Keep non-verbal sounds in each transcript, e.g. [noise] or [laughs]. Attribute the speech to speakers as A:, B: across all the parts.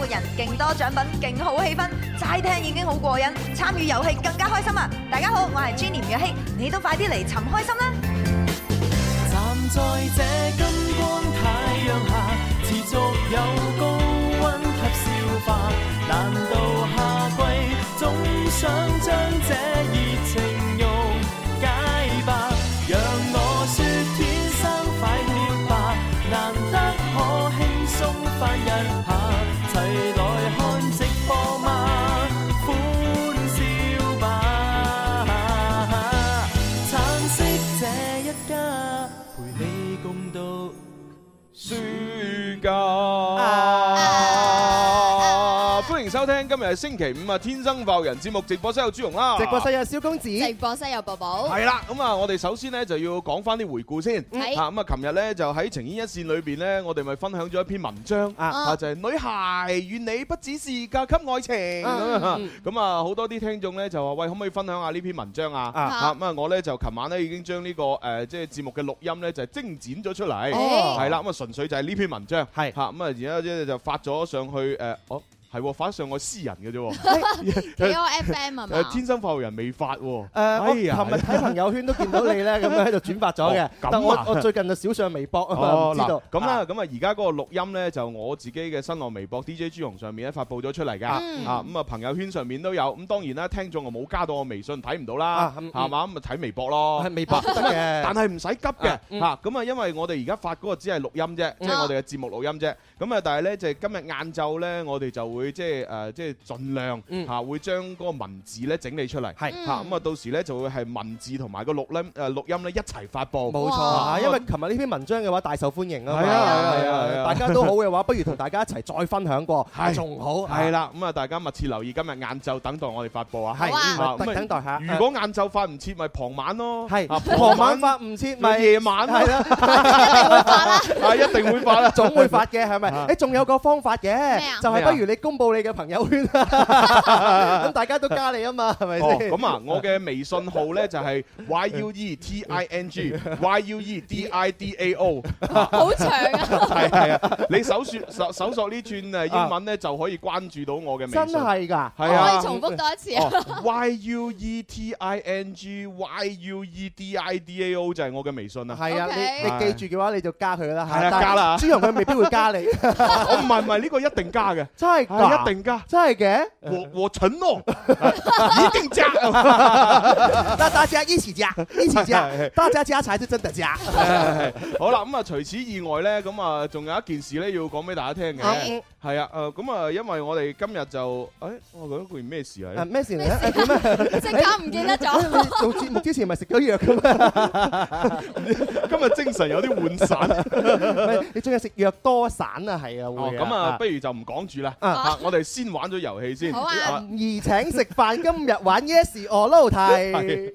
A: 多獎品，勁好氣氛，齋聽已經好過癮，參與遊戲更加開心啊！大家好，我係 Jenny 吳若希，你都快啲嚟尋開心啦！
B: 站在這金光太陽下，持續有高溫及消化。難道夏季總想將這熱情溶解吧？讓我説天生快活吧，難得可輕鬆快一下，齊來看直播嗎？歡笑吧，橙色這一家，陪你共度
C: 暑假，
D: 啊
C: 歡迎收聽，今日係星期五啊！天生快活人節目直播室有朱容啦，
D: 直播室有蕭公子，
E: 直播室有寶寶，
C: 係啦，咁啊，我哋首先呢就要講翻啲回顧先，
D: 嗯
E: 係
C: 嚇咁啊，琴日呢就喺情牽一線裏邊呢，我哋咪分享咗一篇文章
D: 啊
C: 啊，就係女孩願你不只是嫁給愛情
D: 嗯
C: 咁啊咁啊，好多啲聽眾呢就話喂，可唔可以分享下呢篇文章啊？
D: 啊
C: 啊咁啊，我呢就琴晚呢已經將呢個誒即係節目嘅錄音呢就係精剪咗出嚟，
E: 哦
C: 係啦，咁啊純粹就係呢篇文章 [laughs]
D: 係
C: 嚇咁啊，而家即係就發咗上去誒，哦係喎，發咗上我私人嘅啫喎。
E: 幾個 FM 啊嘛，
C: 誒天生快活人未發喎，
F: Ờ,
D: 誒，我
C: 哎
D: 琴日
C: 呀
D: 睇朋友圈都見到你咧，咁樣喺度轉發咗
C: 哦
D: 嘅。
C: 咁啊
D: 但我我最近就少上微博啊嘛，唔
C: 哦
D: 知
C: 嗱
D: 道，。
C: 咁啦，
F: À,
D: 啊，
C: 咁啊而家嗰個錄音咧就我自己嘅新浪微博 DJ 朱紅上面咧發布咗出嚟㗎，
E: 嗯
C: 啊咁啊朋友圈上面都有，咁當然啦，聽眾我冇加到我微信睇唔到啦
D: 啊，嗯啊
C: 係嘛，咁咪睇微博咯。
D: 係微博都得
C: 但
D: 嘅。
C: 係唔使急嘅
D: 啊嗯
C: 嚇，咁啊，因為我哋而家發嗰個只係錄音啫，即係我哋嘅節目錄音啫。咁啊，但係咧就係今日晏晝咧，我哋就會即係誒，即係盡量
D: 嗯
C: 嚇會將嗰個文字咧整理出嚟，
D: 係
C: 嚇咁啊，到時咧就會係文字同埋個錄音誒錄音咧一齊發布。
D: 冇錯
E: 哇
D: 啊，因為琴日呢篇文章嘅話大受歡迎啊嘛，
C: 係啊係啊係啊係啊
D: 大家都好嘅話，不如同大家一齊再分享過
C: 係，
D: 仲好啊
C: 系啦，咁啊，大家密切留意今日晏晝等待我哋發布啊。
D: 係
E: 好啊
C: 啊
D: 等等待下。
C: 如果晏晝發唔切，咪傍晚咯。
D: 係
C: 啊
D: 傍晚發唔切
C: 咪
D: 咪
C: 夜晚
D: 係
C: [laughs] 係
D: 啦，
C: 啊，一定會發啦。
D: 總會發嘅係咪？
C: 啊
D: 誒，仲有個方法嘅
E: 啊，
D: 就係不如你公佈你嘅朋友圈 [laughs] 啦，咁大家都加你啊嘛，係咪
C: 哦，
D: 先？
C: 咁啊，我嘅微信號咧就係 y u e t i n g y u e d i d a o，
E: 好長啊，
C: 係係啊，你搜索搜搜索呢串誒英文咧就可以關注到我嘅微信。
D: 真係㗎。
C: 係
E: 我可
C: 啊
E: 以。重複多一次啊，
C: 哦，y u e t i n g y u e d i d a o 就係我嘅微
D: [laughs]
C: 信啊。
D: 係啊，
E: OK
D: 你你記住嘅話，你就加佢啦嚇。
C: 係啊
D: 但
C: 加啦
D: 朱容佢未必會 [laughs] 加你，
C: 我哦唔係唔係呢個一定加嘅，
D: 真係啊㗎
C: 係一定加。
D: 真係嘅。
C: 我我承
D: [laughs]
C: 諾，一定加。 [laughs]
D: 那大家一起 [laughs] 加，一起加
C: 係係，
D: 大家加才是真的加。
C: 好啦，咁啊，除此以外咧，咁啊，仲有一件事咧，要講俾大家聽嘅
D: 嗯，
C: 係啊，誒，咁啊，因為我哋今日就，誒，我覺得件咩事
D: 啊
C: 嚟？
D: [laughs] 咩事嚟咧？誒點啊？
E: [laughs] 即刻唔記得
D: [laughs]
E: 咗，
D: 你做節目之前咪食咗藥嘅咩？
C: 今日精神有啲渙散。
D: 咪你仲有食藥多散啊？係啊，
C: 哦，
D: 會
C: 咁啊，不如就唔講住啦。
D: 啊
C: 啊，我哋先玩咗遊戲先。
E: 好啊
D: 而請食飯，今日玩 Yes or No
C: [laughs]
D: 題
C: 係。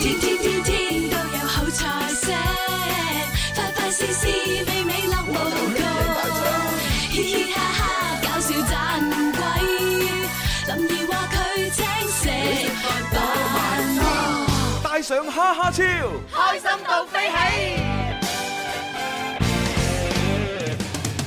G: 天天天天都有好菜色，快快試試美美樂無窮，嘻嘻哈哈搞笑盞鬼，林兒話佢請食飯喎。
C: 帶上哈哈超。
A: 開心到飛起！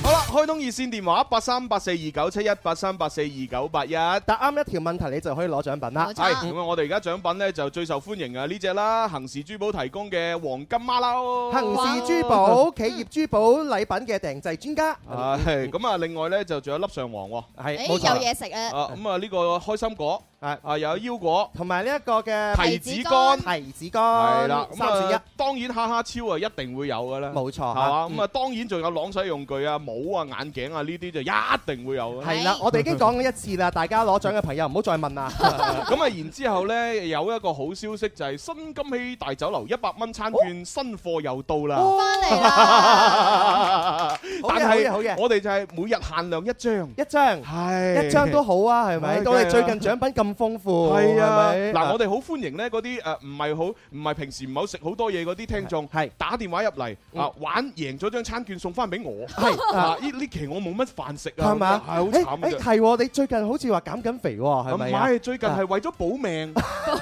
C: 好啦，開通熱線電話八三八四二九七一八三八四二九八一。
D: 答啱一條問題，你就可以攞獎品啦
E: 冇。
C: 係
E: 錯，
C: 咁啊！我哋而家獎品咧就最受歡迎啊呢只啦，恒氏珠寶提供嘅黃金馬騮。
D: 恒氏珠寶、企業珠寶禮品嘅訂製專家，
C: 係咁啊！另外咧就仲有粒上皇喎，
D: 係
E: 誒
D: 冇錯
E: 有。嘢食啊，
C: 啊咁啊呢個開心果
D: 係
C: 啊又有腰果
D: 同埋呢一個嘅
C: 提
E: 啊提
C: 子
E: 子乾
C: 乾
D: 提子
C: 係
D: 乾，
C: 啦，咁
D: 三選一
C: 啊，當然哈哈超啊一定會有噶啦，
D: 冇錯嗯
C: 係嘛咁啊當然仲有朗使用具啊帽啊眼鏡啊呢啲就一定會有嘅。
D: 係啊啦，我哋已經講咗一次啦，大家攞獎嘅朋友唔好再
C: [laughs]
D: 問啦。
C: 咁啊然之後咧有一個好消息就係新金禧大酒樓一百蚊餐
D: 哦
C: 券新貨又到 [laughs] 啦，
E: 翻嚟啦，
D: 好
C: 但
D: 嘢好嘢好
C: 係
D: 嘢
C: 我哋就係每日限量一張，
D: 一張
C: 係
D: 一張都好啊，係咪
C: 唉？
D: 我哋最近獎品咁豐富，
C: 係啊，
D: 係咪
C: 嗱，我哋好歡迎咧嗰啲誒唔係好唔係平時唔係好食好多嘢嗰啲聽眾，
D: 係
C: 打電話入嚟
D: 嗯
C: 啊玩贏咗張餐券送翻俾我，
D: 係
C: 啊呢呢期我冇乜飯食啊，
D: 係嘛？
C: 係好慘
D: 誒誒
C: 嘅。
D: 係喎，你最近好似話減緊肥喎，係
C: 唔
D: 咪啊？
C: 係最近係為咗保
D: [laughs]
C: 命，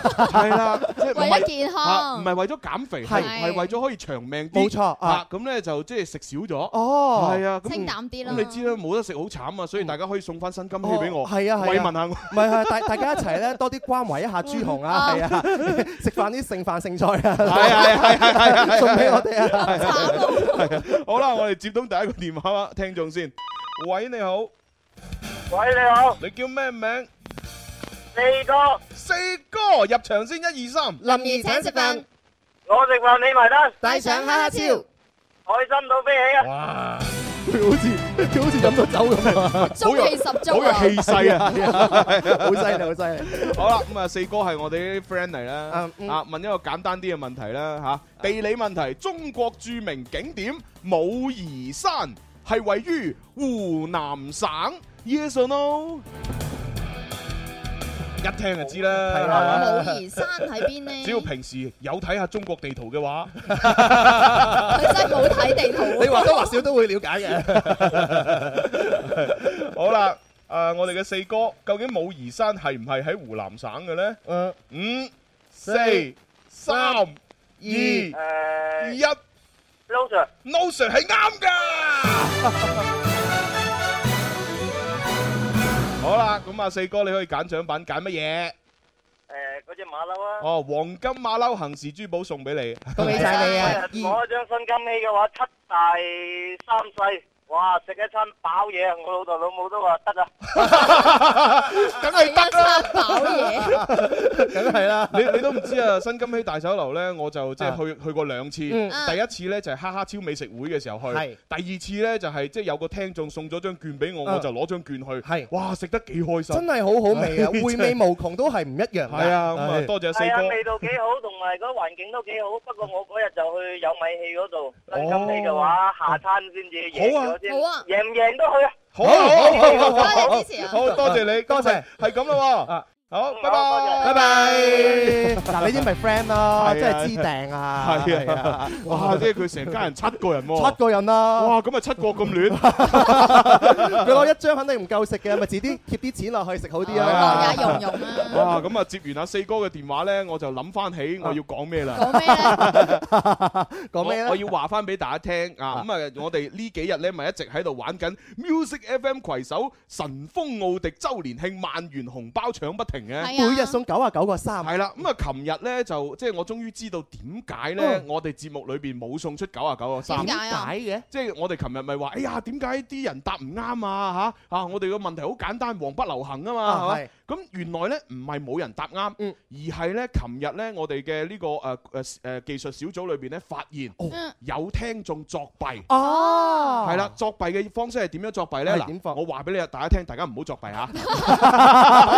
C: 係啦，即係唔
E: 為咗
C: 係
E: 健
C: 啊
E: 康，
C: 唔係為咗減肥，係
D: 係
C: 係為咗可以長命啲。
D: 冇錯啊
C: 啊，咁咧就即係食少咗。
D: 哦，
C: 係係啊，咁
E: 清淡啲啦
C: 咁你知啦，冇得食好慘啊，所以大家可以送翻新金禧俾我，
D: 哦係啊係啊
C: 慰問
D: [laughs]
C: 下我。
D: 唔係係，大大家一齊咧多啲關懷一下朱紅啊，
C: [laughs]
D: 係啊，食飯啲剩飯剩菜
C: 係
D: 啊， [laughs]
C: 係係係係係，
D: 送俾我哋啊！
C: 好啦，我哋接通第一個電話啦，聽眾先。喂，你好，
H: 喂，你好，
C: 你叫咩名？
H: 四哥，
C: 四哥入場先，一二三。
D: 林
E: 林兒請食飯，
H: 我食饭你埋单，
E: 帶上蝦超，
H: 开心到飞起啊！
C: 哇，
D: 佢好似佢好似飲咗酒咁啊！
E: [laughs] 中氣十足啊！
C: 好有氣 [laughs] 勢啊！
D: 係啊， [laughs] 好犀利，好犀利！
C: 好啦，咁啊，四哥係我哋啲 friend 嚟啦，
D: 嗯嗯
C: 啊，問一個簡單啲嘅問題啦，吓地理問題，中國著名景點武夷山係位於湖南省，yes or no？一聽就知啦，係嘛
E: 武夷山喺邊呢？
C: 只要平時有睇下中國地圖嘅話，
E: 佢真係冇睇地
D: 你
E: 圖啊。
D: 或多或少都會了解嘅。
C: 好啦，诶、我哋嘅四哥究竟武夷山係唔係喺湖南省嘅呢？
D: 嗯，
C: 五、四、三、二、一
D: 二
H: 诶，Low Ờ, Sir，
C: ，No Sir 係啱噶。 [laughs] 好啦，咁啊，四哥你可以揀獎品，揀乜嘢？
H: 诶，嗰只馬騮啊，
C: 哦，黃金馬騮行事珠寶送俾你。
D: 恭喜晒你啊！
H: 攞一張新金禧嘅話，七大三細，哇，食一餐飽嘢啊，我老豆老母都話得啊。
C: 梗係
E: 一餐飽嘢，
D: 梗係啦，
C: 你你都唔知啊！新金禧大酒樓咧，我就即係去去過兩次。
D: 啊嗯
C: 第一次咧就係哈哈超美食會嘅時候去，
D: 係
C: 第二次咧就係即係有個聽眾送咗張券俾我，
D: 嗯
C: 我就攞張券去。
D: 係
C: 哇，食得幾開
D: 真
C: 心。
D: 係好
C: [laughs]
D: 好味啊！回味無窮都係唔一樣㗎。
C: 係啊，咁啊
D: 係
C: 多謝四
H: 係啊，
C: 哥。
H: 味道幾好，同埋嗰環境都幾好。不過我嗰日就去有米氣嗰度，新金禧嘅話，下餐先至贏咗先，
E: 好啊
H: 贏唔贏都去啊！
C: 好啊好啊好啊好啊
E: 多謝支持啊！
C: 好多謝你，
D: 多謝
C: 係咁啦
D: 啊
C: 喎。好，
H: 好
C: 拜拜
D: 拜
H: 多謝
D: 拜。嗱，你啲咪 friend 咯，
C: 係
D: 真
C: 啊
D: 係知定啊！
C: 係
D: à.
C: 啊，哇！即係佢成家人七個人喎。
D: 七個人啦，
C: 哇！咁啊七個咁亂。 [laughs]
D: 佢攞一張肯定唔夠食嘅，咪自己貼啲錢落去食好啲
E: 落
D: 啊！
E: 也融融啊！
C: [laughs] 哇！咁啊接完阿四哥嘅電話咧，我就諗翻起我要講咩啦。
E: 講咩咧？
D: 講咩啊
C: 我我
D: 咧？
C: 要話翻俾大家聽啊！咁啊，我哋呢幾日咧咪一直喺度玩緊 Music FM 攜手神風奧迪周年慶萬元紅包搶不停嘅。
E: 係啊
D: 每日送九啊九個三，
C: 係啦，咁啊，琴日咧就即係我終於知道點解咧
D: 嗯，
C: 我哋節目裏邊冇送出九啊九個
E: 點
C: 三。
E: 解啊
D: 嘅？
C: 即係我哋琴日咪話，哎呀，點解啲人答唔啱啊？嚇啊！我哋個問題好簡單，黃不流行啊嘛，係
D: 啊，
C: 嘛
D: 係
C: 咁原來咧唔係冇人答啱，
D: 嗯
C: 而係咧琴日咧我哋嘅呢個呃誒誒誒技術小組裏邊咧發現
E: 嗯
C: 有聽眾作弊。
D: 哦，
C: 係啦，，作弊嘅方式係點樣作弊咧？
D: 係點
C: 嗱，
D: 作
C: 我話俾你啊大家聽，大家唔好作弊啊
D: [laughs]
C: 嚇。
E: 佢而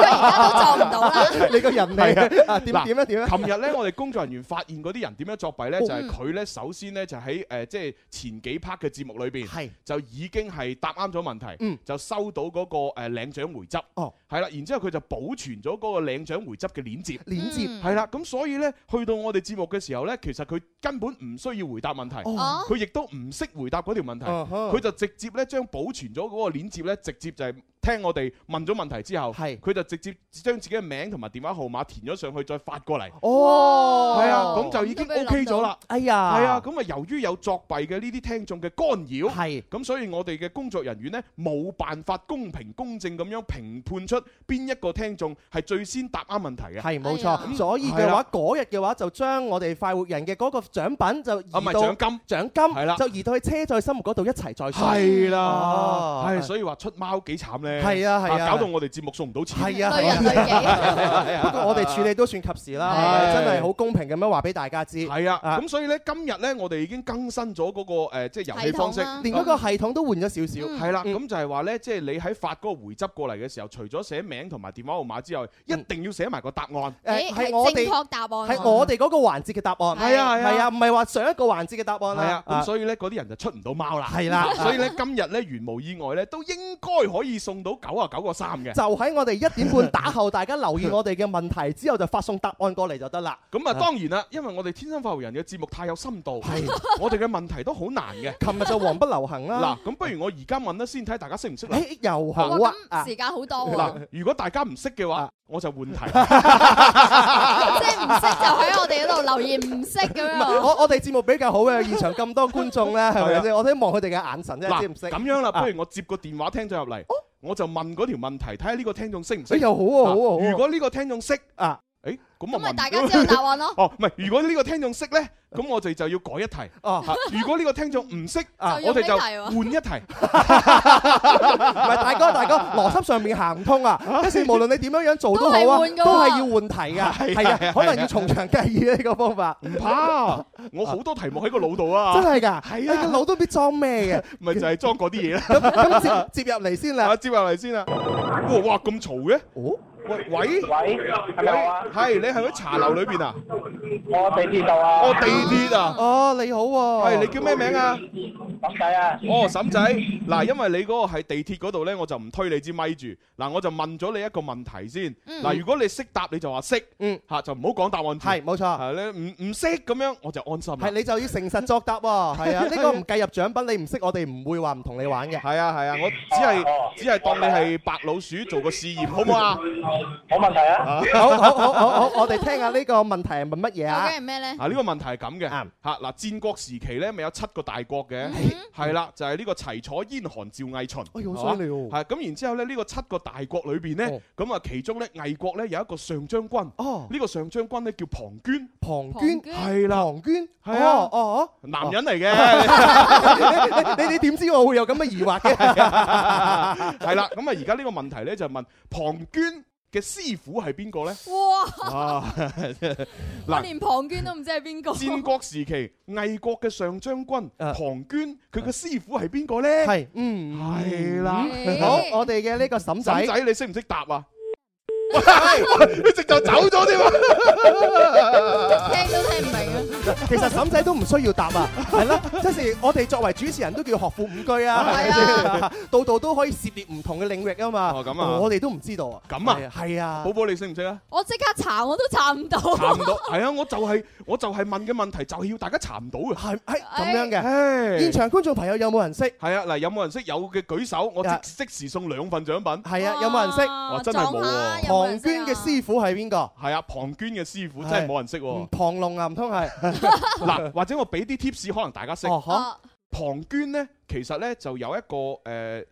E: 家都撞唔到啦。
D: [laughs] 你個人嚟 [laughs] 啊？點
C: 嗱
D: 點咧？點咧？
C: 琴日咧，我哋工作人員發現嗰啲人點樣作弊咧，
D: 哦
C: 就係佢咧首先咧就喺誒即係前幾 part 嘅節目裏邊
D: 係
C: 就已經係答啱咗問題
D: 啊嗯，
C: 就收到嗰個誒領獎回執。
D: 哦，
C: 係啦，然之後佢就保存咗嗰個領獎回執嘅鏈接。
D: 鏈
E: 嗯
D: 接。
C: 係啦，咁所以呢，去到我哋節目嘅時候呢，其實佢根本唔需要回答問題，
D: 哦，Uh-huh。
E: 哦，
C: 佢亦都唔識回答嗰條問題，佢
D: 佢
C: 就直接呢將保存咗嗰個鏈接呢，直接就係聽我哋問咗問題之後，
D: 係
C: 佢就直接將自己嘅名同埋電話號碼填咗上去，再發過嚟，
D: 哦，
C: 係啊，
E: 哦
C: 咁就已經
E: 咁都俾佢
C: OK 咗啦。
D: 哎呀，
C: 係啊，咁啊，由於有作弊嘅呢啲聽眾嘅干擾。
D: 係
C: 咁所以我哋嘅工作人員呢，冇辦法公平公正咁樣評判出邊一個聽眾係最先答啱問題嘅。
D: 係冇
E: 哎呀
D: 錯，所以嘅話嗰日嘅話就將我哋快活人嘅嗰個獎品就移
C: 啊，唔係
D: 到
C: 獎金。
D: 獎
C: 係啦
D: 金，就移到去車載心目嗰度一齊再送。
C: 係啦
D: 哦，
C: 啊係
D: 係
C: 所以話出貓幾慘咧。
D: 係啊係啊
C: 搞到啊我哋節目送唔到錢。
D: 係啊
E: 對
D: 係啊
E: 人。對己。
D: 不過我哋處理都算及時啦，
E: 係
D: 真係好公平咁樣話俾大家知，
C: 係啊，
D: 啊
C: 咁所以咧，今日咧，我哋已經更新咗嗰個誒，即係遊戲方式
E: 系統。啦
D: 連嗰個系統都換咗少少。
C: 係啦，
D: 嗯
C: 咁就係話咧，即係你喺發嗰個回執過嚟嘅時候，除咗寫名同埋電話號碼之外，一
D: 嗯
C: 定要寫埋個答案。
E: 誒
D: 誒係我
E: 正
D: 哋
E: 確答案喎，
D: 係我哋嗰個環節嘅答案，
E: 係啊
C: 係啊
D: 係啊，唔係話上一個環節嘅答案
C: 係啊
D: 啦，，
C: 咁所以咧，嗰啲人就出唔到貓啦。
D: 係啦，
C: [laughs] 所以咧，今日咧，如無意外咧，都應該可以送到九啊九個三
D: [laughs]
C: 嘅。
D: 就喺我哋一點半打後，大家留意我哋嘅問題之後，就發送答案過嚟就得
C: [laughs]
D: 啦。
C: 咁啊，當然啦，因為我哋天生發育人嘅節目太有深度，
D: 係
C: 我哋嘅問題都好難嘅。
D: 琴日就黃不流行啦。
C: 嗱，咁不如我而家問啦，先睇大家識唔識啦。
D: 誒又好
E: 哇
D: 啊！
E: 咁時間好多喎，
C: 嗱，如果大家唔識嘅話，我就換題。
E: 即係唔識就喺我哋嗰度留言唔識咁
D: 唔
E: 樣。
D: 係，我-啊
C: [laughs]
D: 我哋節目比較好嘅，現場咁多觀眾咧，係咪先？ [laughs] 我都望佢哋嘅眼神，真係
C: 啊嗱，
D: 知唔識。
C: 咁樣啦，不如我接個電話聽眾入嚟，我就問嗰條問題，睇下呢個聽眾識唔識。
D: 哎，又好喎，好喎，好喎。
C: 如果呢個聽眾識
D: 啊，
C: 誒，咁
E: 咁
C: 我
E: 咪
C: 問
E: 大家知道答案咯，
C: [laughs] 哦，唔係，如果呢個聽眾識咧，咁我哋就要改一題。
D: 哦，
C: 嚇如果呢個聽眾唔識，
D: [laughs] 啊
E: 就
C: 我
E: 用呢
C: 哋就
E: 題喎。
C: 換一題。 [laughs]
D: 唔係，大哥，大哥，邏輯上面行唔通啊。一時無論你點樣樣做都好啊，
E: 都係換㗎喎。
D: 都係要換
C: [laughs]
D: 題㗎。
C: 係啊，
D: 係啊，
C: 係啊，
D: 可能
C: 係啊。
D: 要從長計議啊，呢個方法。
C: 唔怕，我好多題目喺個腦度啊，
D: [laughs] 真係㗎？哎
C: 係啊。
D: 你個腦都唔知裝咩嘅。
C: [laughs] 咪就係裝嗰啲嘢啦。
D: 咁-咁接-接入嚟先啦。哦
C: 啊，接入嚟先啦。哇哇，咁嘈嘅。喂喂喂，
H: 喂，係咪我啊？
C: 係你係喺茶樓裏邊啊？
H: 我地鐵度啊，
C: 哦，地鐵啊。
D: 哦，你好喎。
C: 係你叫咩名啊？
H: 咁仔啊，
C: 哦，嬸仔，嗱，因為你嗰個係地鐵嗰度呢，我就唔推你支咪住。嗱，我就問咗你一個問題先。嗱，如果你識答，你就話識，
D: 嗯
C: 嚇就唔好講答案住。
D: 係，冇錯。
C: 係咧，唔唔識啊咁啊樣，我就安心啦
D: 係。你就要誠實作答喎，係啊，
C: [laughs]
D: 呢個唔計入獎品，你唔識我哋唔會話唔同你玩嘅。
C: 係啊係啊，我只
H: 哦
C: 係只係當你係白老鼠做個試驗，好唔好啊？
D: 嗯
H: 冇問題啊。
D: 好好好好好，我哋聽下呢個問題係問
E: [laughs]
D: 乜嘢
E: 究
D: 啊
E: 竟？係咩咧？
C: 啊，呢個問題係咁嘅
D: 啱嗯
C: 嚇嗱，戰國時期呢咪有七個大國嘅，係啦，就係呢個齊楚燕韓趙魏秦。
D: 哎呀，好犀利喎！
C: 係啊咁，然之後咧，呢個七個大國裏邊呢
D: 哦，
C: 咁啊，其中呢，魏國呢有一個上將軍，
D: 哦，
C: 呢個上將軍呢叫龐涓，
E: 龐
D: 龐涓
E: 涓
C: 係啦，
D: 龐涓，
C: 係啊
D: 哦哦
C: 男人嚟 [laughs] 嘅， [laughs]
D: 哦，你你你點知我會有咁嘅疑惑嘅？
C: 係啦。咁啊，而家呢個問題呢，就問龐涓嘅師傅係邊
D: [laughs]
C: 個呢？
E: 哇！
C: 啊，
E: 我
C: 嗱
E: 連龐涓都唔知係邊個。[laughs]
C: 戰國時期魏國嘅上將軍
D: 啊
C: 龐涓，佢嘅師傅係邊個呢？
D: 係，嗯，
C: 係啦。
E: 咦
D: 好，我哋嘅呢個嬸
C: 嗯嬸
D: 仔，
C: 仔，你識唔識答啊？喂，你直就走咗
D: [laughs]
C: 添啊！
E: 聽都聽唔明啊
D: 其實嬸仔都唔需要答
C: [laughs]
D: 啊，係啦，即是我哋作為主持人都叫學富五居
C: 哦
D: 啊，
E: 係
D: 咪先度度都可以涉獵唔同嘅領域啊嘛。
C: 哦咁啊
D: 我哋都唔知道啊。
C: 咁啊
D: 係，係啊
C: 寶。寶，你識唔識啊？
E: 我即刻查我都查唔
D: [laughs]
E: 到。
C: 查唔到，係啊！我就係我就係問嘅問題，就係要大家查唔到啊
D: [laughs]
C: 嘅。
D: 係係咁樣嘅。
C: 唉
D: 現場觀眾朋友有冇人識？
C: 係啊，嗱，有冇人識有嘅舉手，我
D: 啊
C: 即即時送兩份獎品。
D: 係啊，有冇人識？
E: 哇
C: 真係冇喎
E: 撞下哦有冇
D: 龐
E: 人識啊
D: 涓嘅師傅係邊個？
C: 係啊，龐涓嘅師傅真係冇人識
D: 嗯
C: 喎。
D: 龐龍啊，唔通係？
C: 嗱，或者我俾啲 tips，可能大家識。
D: 哦，
E: 啊
C: 龐涓呢，其實呢就有一個誒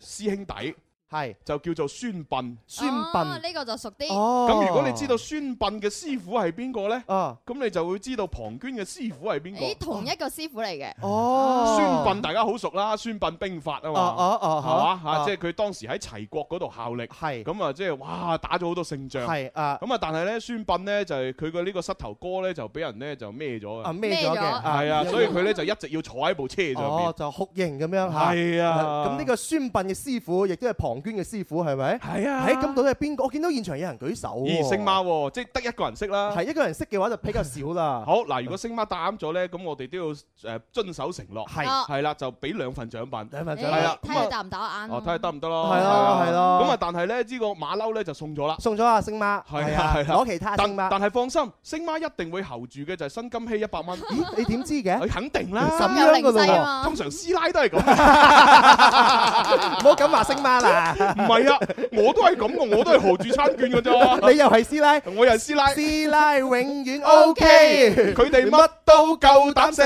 C: 師兄弟，
D: 嚇，係
C: 就叫做孫臏。
D: 孫
E: 哦
D: 臏。
E: 呢個就熟啲。
D: 哦，
C: 咁如果你知道，孫臏嘅師傅係邊個呢？
D: 啊，
C: 咁你就會知道龐涓嘅師傅係邊個
E: 咦，。同一個師傅嚟嘅。
D: 哦，
C: 孫臏大家好熟啦，孫臏兵法啊
D: 哦
C: 嘛，
D: 哦哦，
C: 係嘛嚇，
D: 啊
C: 即係佢當時喺齊國嗰度效力，
D: 係
C: 咁啊即係哇打咗好多勝仗。
D: 係啊
C: 咁啊，但係咧，孫臏咧就係佢個呢個膝頭哥咧就俾人咧就孭咗
D: 啊
C: 嘅，
D: 孭
E: 孭
D: 咗
E: 咗
D: 嘅，啊
C: 係啊，所以佢咧就一直要坐喺部車上
D: 哦
C: 邊，
D: 就酷刑咁樣嚇。
C: 係啊。
D: 咁呢個孫臏嘅師傅，亦都係龐涓嘅師傅，係咪？
C: 係
F: à?
C: 啊，
D: 喺咁到底係邊個？我見到現場有人舉手喎。
C: 咦，星媽喎，即係得一個人識啦。
D: 係一個人識嘅話就比較少啦。
C: [laughs] 好嗱，如果星媽答啱咗咧，咁我哋都要誒遵守承諾，
D: 係
E: 啊
C: 係啦，就俾兩份獎品，
D: 兩份獎
E: 誒
C: 係啊
D: 品，
E: 睇下答唔答我眼。
C: 哦，睇下得唔得咯。
D: 係咯係
C: 啦。
D: 咯。
C: 咁啊，但係咧呢個馬騮咧就送咗啦。
D: 送咗阿星媽，
C: 係啊係啊
D: 攞其他
C: 但
D: 星媽。
C: 但係放心，星媽一定會候住嘅就係新金禧一百蚊，
D: 咦，你點知
C: [laughs]
D: 嘅？
C: 佢肯定
D: 咁
C: 啦。
E: 心有
D: 樣噶
E: 靈犀
D: 咯
E: 啊嘛
C: 通。常師奶都係咁，
D: 喎，唔好咁話星媽啦，
C: 唔係啊，我都係咁嘅，我都係候住餐券嘅咋。
D: [laughs] 你又係師奶，
C: 我又係師奶，
D: 師奶永
C: [laughs]
D: 遠 OK。
C: 佢哋乜都夠膽死，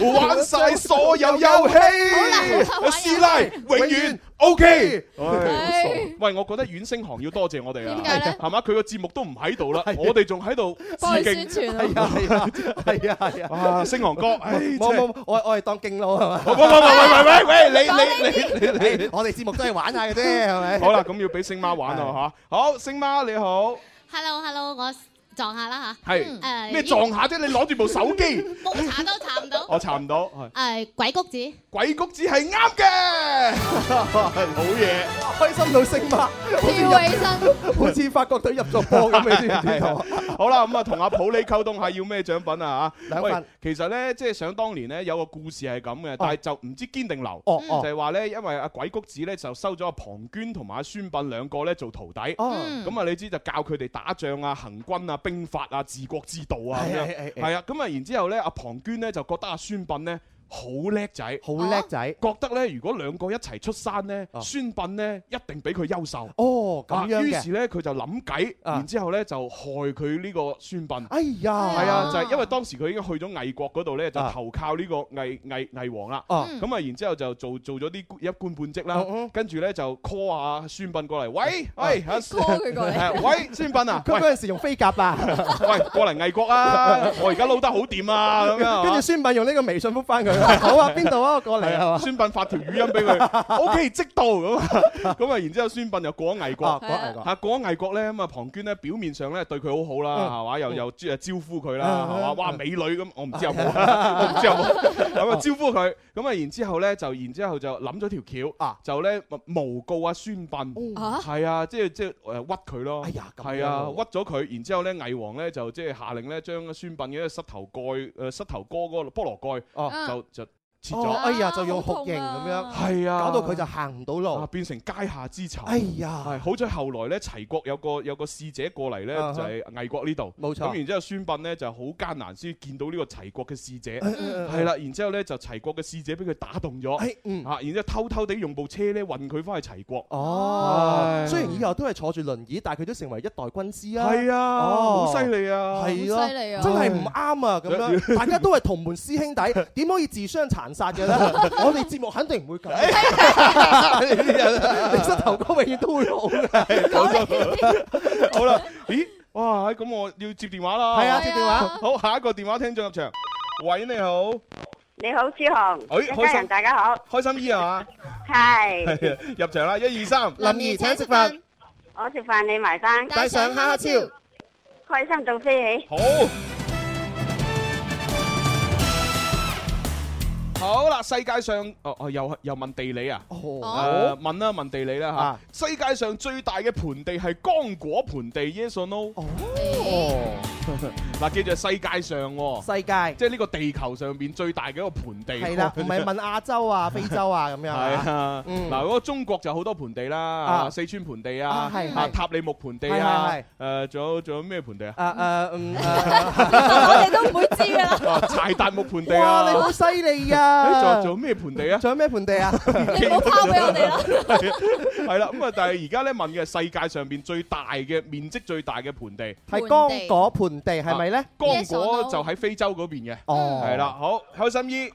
C: 玩晒所有遊戲
E: 好啦好啦玩。
C: 師奶永遠 OK。
E: [laughs] 唉
C: 喂，我覺得遠星行要多謝我哋啊，
E: 點解咧
C: 係嘛？佢個節目都唔喺度啦，我哋仲喺度
E: 幫佢
C: 致
E: 宣
C: 敬。
E: 傳啊！
D: 係啊係啊係啊係啊，
C: 哇，星航哥，唉，真
D: 冇
C: 係
D: 冇，我我係當敬老係嘛？
C: 喂喂喂喂喂喂，你你 [laughs] 你你你。
D: 我哋節目都係玩下嘅
C: [laughs]
D: 啫，係咪？
C: 好啦，咁要俾星媽玩啦吓，好，星媽你好，
I: Hello Hello，我撞下啦吓。
C: 係
I: 誒、呃
C: 咩撞下啫？你攞住部手機，
I: 冇查都查唔到。誒、
C: 我查唔 [laughs] 到。係
I: 鬼谷子，
C: 鬼谷子係啱嘅，
D: [laughs]
C: 好嘢。
D: 開心到星媽，好似
E: 跳起
D: 入
E: 身，
I: [laughs]
D: 好似法國隊入咗波咁，你知唔知道啊？
C: 好啦，咁啊，同阿普利溝通下要咩獎品啊嚇。
D: 兩
C: 喂
D: 份，
C: 其實咧，即係想當年咧，有個故事係咁嘅，但係就唔知堅定流。
D: 哦
C: 就
D: 哦
C: 係話咧，因為阿鬼谷子咧就收咗阿龐涓同埋阿孫臏兩個咧做徒弟，咁
D: 哦，
C: 啊你知就教佢哋打仗啊、行軍啊、兵法啊、治國之道啊咁樣。
D: 係係係
C: 係啊，咁啊然之後咧，阿龐涓咧就覺得阿孫臏咧好叻仔，
D: 好叻仔。
C: 覺得呢，如果兩個一齊出山呢，
D: 哦
C: 孫臏呢一定比佢優秀。
D: 哦，咁樣
C: 啊於
D: 嘅。
C: 是呢，佢就諗計，
D: 啊
C: 然之後呢，就害佢呢個孫臏。
D: 哎呀，
C: 係啊，
I: 啊
C: 就係因為當時佢已經去咗魏國嗰度呢，就
D: 啊
C: 投靠呢個魏魏魏王啦。
D: 哦，
I: 嗯
C: 咁啊，然之後就做做咗啲一官半職
D: 哦
C: 啦
D: 哦，
C: 跟住咧就 call 下孫臏過嚟，喂喂啊
E: call 佢過嚟
C: 係喂孫臏
D: [laughs]
C: 啊，
D: 佢
C: 喂
D: 嗰陣時用飛鴿啊，
C: 喂過嚟魏國啊，我而家撈得好掂啊，咁樣
D: 跟住
C: 啊。
D: 孫敏用呢個微信覆
C: [laughs]
D: 翻佢，好啊，邊度啊，我過嚟
C: 係
D: 係
C: 啊，
D: 嘛？
C: 孫臏發條語音俾佢，OK 即到咁啊，咁啊，然之後孫臏就過咗魏
D: 啊
C: 國，
D: 講嚟講，
C: 嚇過咗魏國咧，咁啊龐涓咧表面上咧對佢好好啦，
D: 嗯
C: 係嘛，又
D: 嗯
C: 又招招呼佢啦，
D: 啊
C: 係嘛，
D: 啊
C: 哇美女咁，我唔知有
D: [laughs]
C: 冇，我唔知有冇，咁啊招呼佢，咁啊然之後咧就然之後就諗咗條橋
D: 啊，哦
C: 就咧誣告阿孫臏。
E: 啊，
C: 係啊，即係即係誒屈佢咯。
D: 哎呀咁樣
C: 係啊，
D: 喎
C: 屈咗佢，然之後咧，魏王咧就即係下令咧，將孫臏嘅膝頭蓋誒膝頭哥嗰個菠蘿蓋
I: 啊
C: 就就切
D: 哦
C: 咗。
D: 哎呀就用酷刑咁樣
C: 係啊，
D: 搞到佢就行唔到
C: 啊
D: 路。
C: 變成階下之囚。
D: 哎
C: 係
D: 呀，
C: 好彩後來咧，齊國有個有個使者過嚟咧，
D: 啊哈
C: 就係魏國呢度。
D: 冇錯
C: 咁然之後，孫臏咧就好艱難先見到呢個齊國嘅使者。
D: 哎
C: 係
D: 係，
C: 啦，然之後咧就齊國嘅使者俾佢打動咗。
D: 哎嗯，
C: 啊，然之後偷偷地用部車咧運佢翻去齊國。
D: 哦，
C: 係
D: 雖然以後都係坐住輪椅，但係佢都成為一代軍師啊。
C: 係啊，
D: 哦
C: 好犀利啊！
E: 好
D: 係咯
E: 犀。利啊！
D: 真係唔啱啊！ [laughs] 咁樣大家都係同門師兄弟，點可以自相殘殺 [laughs] 嘅咧？我哋節目肯定唔 [laughs] 會咁。你啲人，你膝頭哥永遠都會老嘅。
C: [laughs] 好啦，咦，哇，咁我要接電話啦。
D: 係啊，
E: 係啊
D: 接電話。
C: 好，下一個電話聽眾入場。喂，你好，
J: 你好，朱紅，
C: 哎
J: 一
C: 開
J: 家
C: 心
J: 人大家好，
C: 開心姨係嘛？
J: 係
C: 係啊入場啦，一二三，
D: 林怡請食飯，
J: 我食飯你埋單，
D: 帶上哈哈超。
J: 開心到飛起。
C: 好。好啦，世界上哦哦，又又問地理啊？
D: 哦，
C: 誒
D: 哦，
C: 問啦，問地理啦
D: 啊
C: 嚇。世界上最大嘅盆地係剛果盆地，yes or no？
D: 哦，
C: 嗱，記住係世界上喎，
D: 世界 [laughs]
C: 即係呢個地球上邊最大嘅一個盆地。[laughs]
D: 係啦，唔係問亞洲啊、非洲啊咁樣啊。
C: 係啊，
D: 嗯
C: 嗱，嗰個中國就好多盆地啦，
D: 啊
C: 四川盆地
D: 啊
C: 啊，
D: 係
C: 啊
D: 係
C: 塔里木盆地啊
D: 係，
C: 誒，仲有仲有咩盆地
D: [laughs]
C: 啊？
D: 啊誒嗯誒，
E: 我哋都唔會知噶啦，
C: 啊柴達木盆地
D: 哇！你好
C: 啊，
D: 犀利 [laughs]
C: 誒，仲有
D: 啊！
C: 仲有咩盆地啊？
D: 仲有咩盆地啊？
E: 你唔好拋俾我哋啦。
C: 係啦，咁啊，但係而家咧問嘅係世界上邊最大嘅面積最大嘅盆地，
D: 係剛果盆地係咪咧？
C: 剛
I: Yes or
C: 果
I: no？
C: 就喺非洲嗰邊嘅，
D: 哦，
C: 係啦，。好開心姨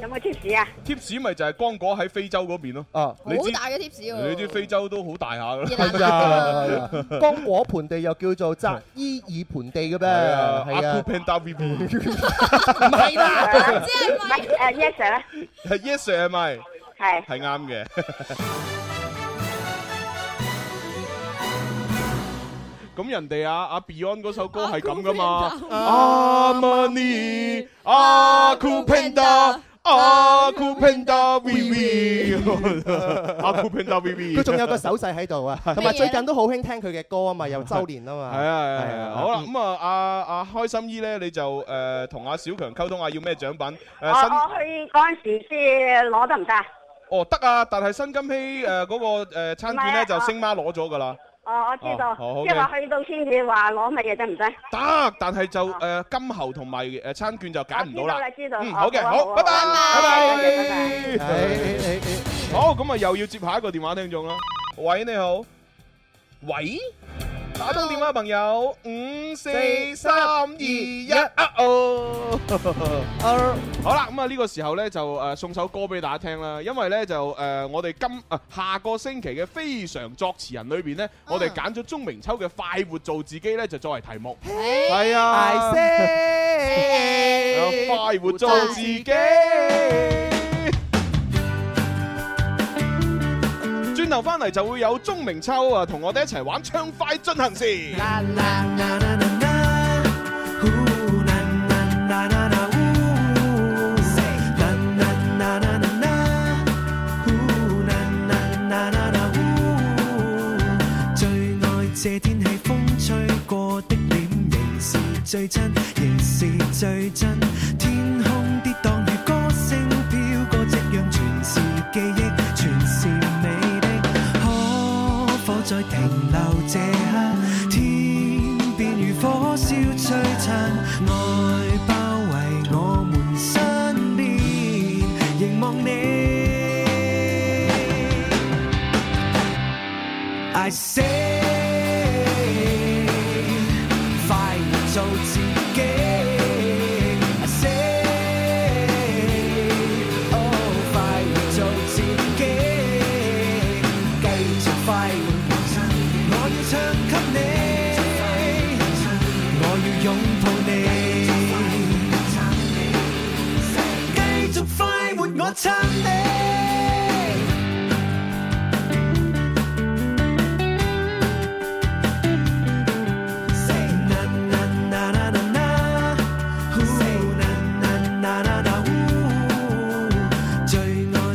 J: 有冇貼士啊？
C: ，tips 咪就係剛果喺非洲嗰邊咯，
D: 啊，
C: [laughs] 你
E: 好
C: 知
E: 大嘅 tips 喎，
C: 你知非洲都好大下噶啦。
E: 熱辣辣
D: 係啊，係啊剛果盆地又叫做扎伊爾盆地嘅咩？
C: 阿
D: 係
C: Cool
D: 啊，
C: Panda VP，Yes
D: 唔係啦。
J: 唔
E: 即係咪
J: 係誒，yes ờ, sir 啦，
C: sir 係咪？
J: 係
C: 係啱嘅。咁人哋啊，阿 Beyond 嗰首歌係咁噶嘛 a m a n i a c u p e n d a a c u p e n d a VV，a c u p e n d a
D: 佢
C: VV。
D: 仲有個手勢喺度啊，同埋最近都好興聽佢嘅歌啊嘛，又周年啊
C: 係
D: 嘛。
C: 啊係啊係
D: 係
C: 啊，
D: 啊
C: 好啦，咁啊，阿阿開心姨咧，你就誒同阿小強溝通下啊要咩獎品。
J: 我
C: 誒新
J: 我去嗰陣時先攞得唔得啊？
C: 哦得啊，但係新金禧誒嗰個誒餐券咧
J: 唔係
C: 就
J: 啊
C: 星媽攞咗㗎啦。
J: 哦，我知
C: 哦
J: 道
C: 好，
J: 即係話去到先至話攞乜嘢得唔得？
C: 得，但係就
J: 啊
C: 誒金猴同埋誒餐券就揀唔
J: 我知道
C: 到啦
J: 啦，。知道。
C: 嗯，
J: 哦
C: 好嘅，
J: 啊
C: 好，拜拜，
J: 啊拜拜
C: 拜
D: 誒
C: 拜。
D: 誒誒誒
C: 好，咁啊又要接下一個電話聽眾啦。喂，你好，喂，打通電話朋友，五四三二一啊哦。
D: 啊
C: 好啦，咁啊呢個時候呢，就誒送首歌俾大家聽啦，因為呢，就誒我哋今啊下個星期嘅非常作詞人裏邊呢，我哋揀咗鐘明秋嘅《快活做自己》呢，就作為題目。係啊。
D: I say，
C: [laughs] 快活做自己。轉頭翻嚟就會有鐘明秋啊，同我哋一齊玩唱快進行時。
B: 最愛這天氣風吹過的臉，仍是最真，仍是最真。天空跌宕如歌聲飄過，夕陽全是記憶，全是美的。可否再停留這刻？天邊如火你。I say，快活做自己。I say，哦，快活做自己，繼續快活。我要唱給你，我要擁抱你，繼續快活，我撐你。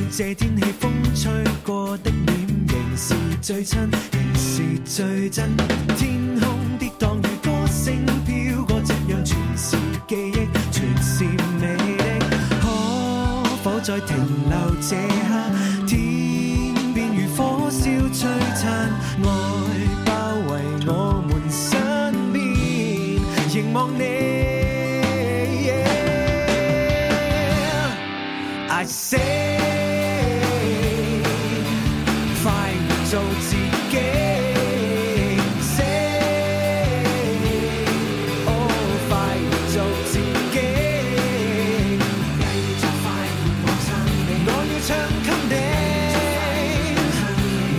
B: 這天氣風吹過的臉，仍是最親，仍是最真。天空跌宕如歌聲飄過，這樣全是記憶，全是美的。可否再停留這刻？天邊如火燒璀璨，愛包圍我們身邊，凝望你。I say，快活做自己。Say，哦，oh, 快活做自己。繼續快活，我撐你。我要唱給你，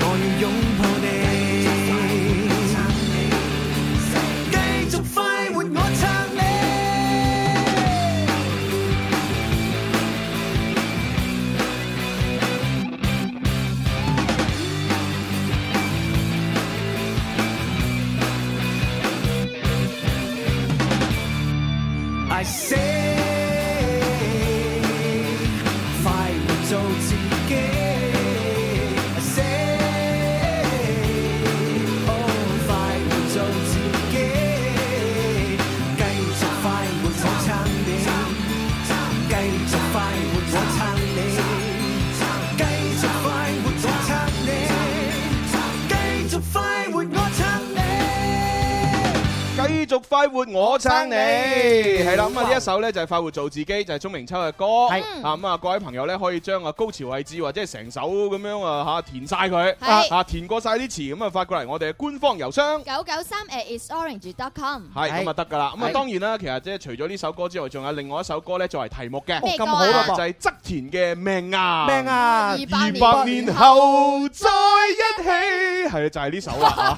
B: 我要擁抱你。繼續快活，我撐你。I say，快活做自己。I say，哦，快活做自己，繼續快活我撐你，繼續快活我撐你，繼續快活我撐你，繼續快活我撐你。
C: 繼續快活，我撐你係啦。咁啊，呢一首咧就係快活做自己，就係鐘明秋嘅歌。係啊，咁啊，各位朋友咧可以將啊高潮位置或者係成首咁樣啊嚇填晒佢，
E: 係
C: 啊填過晒啲詞，咁啊發過嚟我哋嘅官方郵箱。
E: 九九三 at isorange.com，
C: 係咁啊得㗎啦，咁啊
D: 係
C: 當然啦，其實即係除咗呢首歌之外，仲有另外一首歌咧作為題目嘅，
E: 咩
D: 咁
E: 歌
D: 好啦
E: 啊
D: 噃？
C: 就係側田嘅哦命啊，
D: 命啊！
C: 二
E: 二
C: 百
E: 百
C: 年
E: 年
C: 後再一起，係就係呢首啦。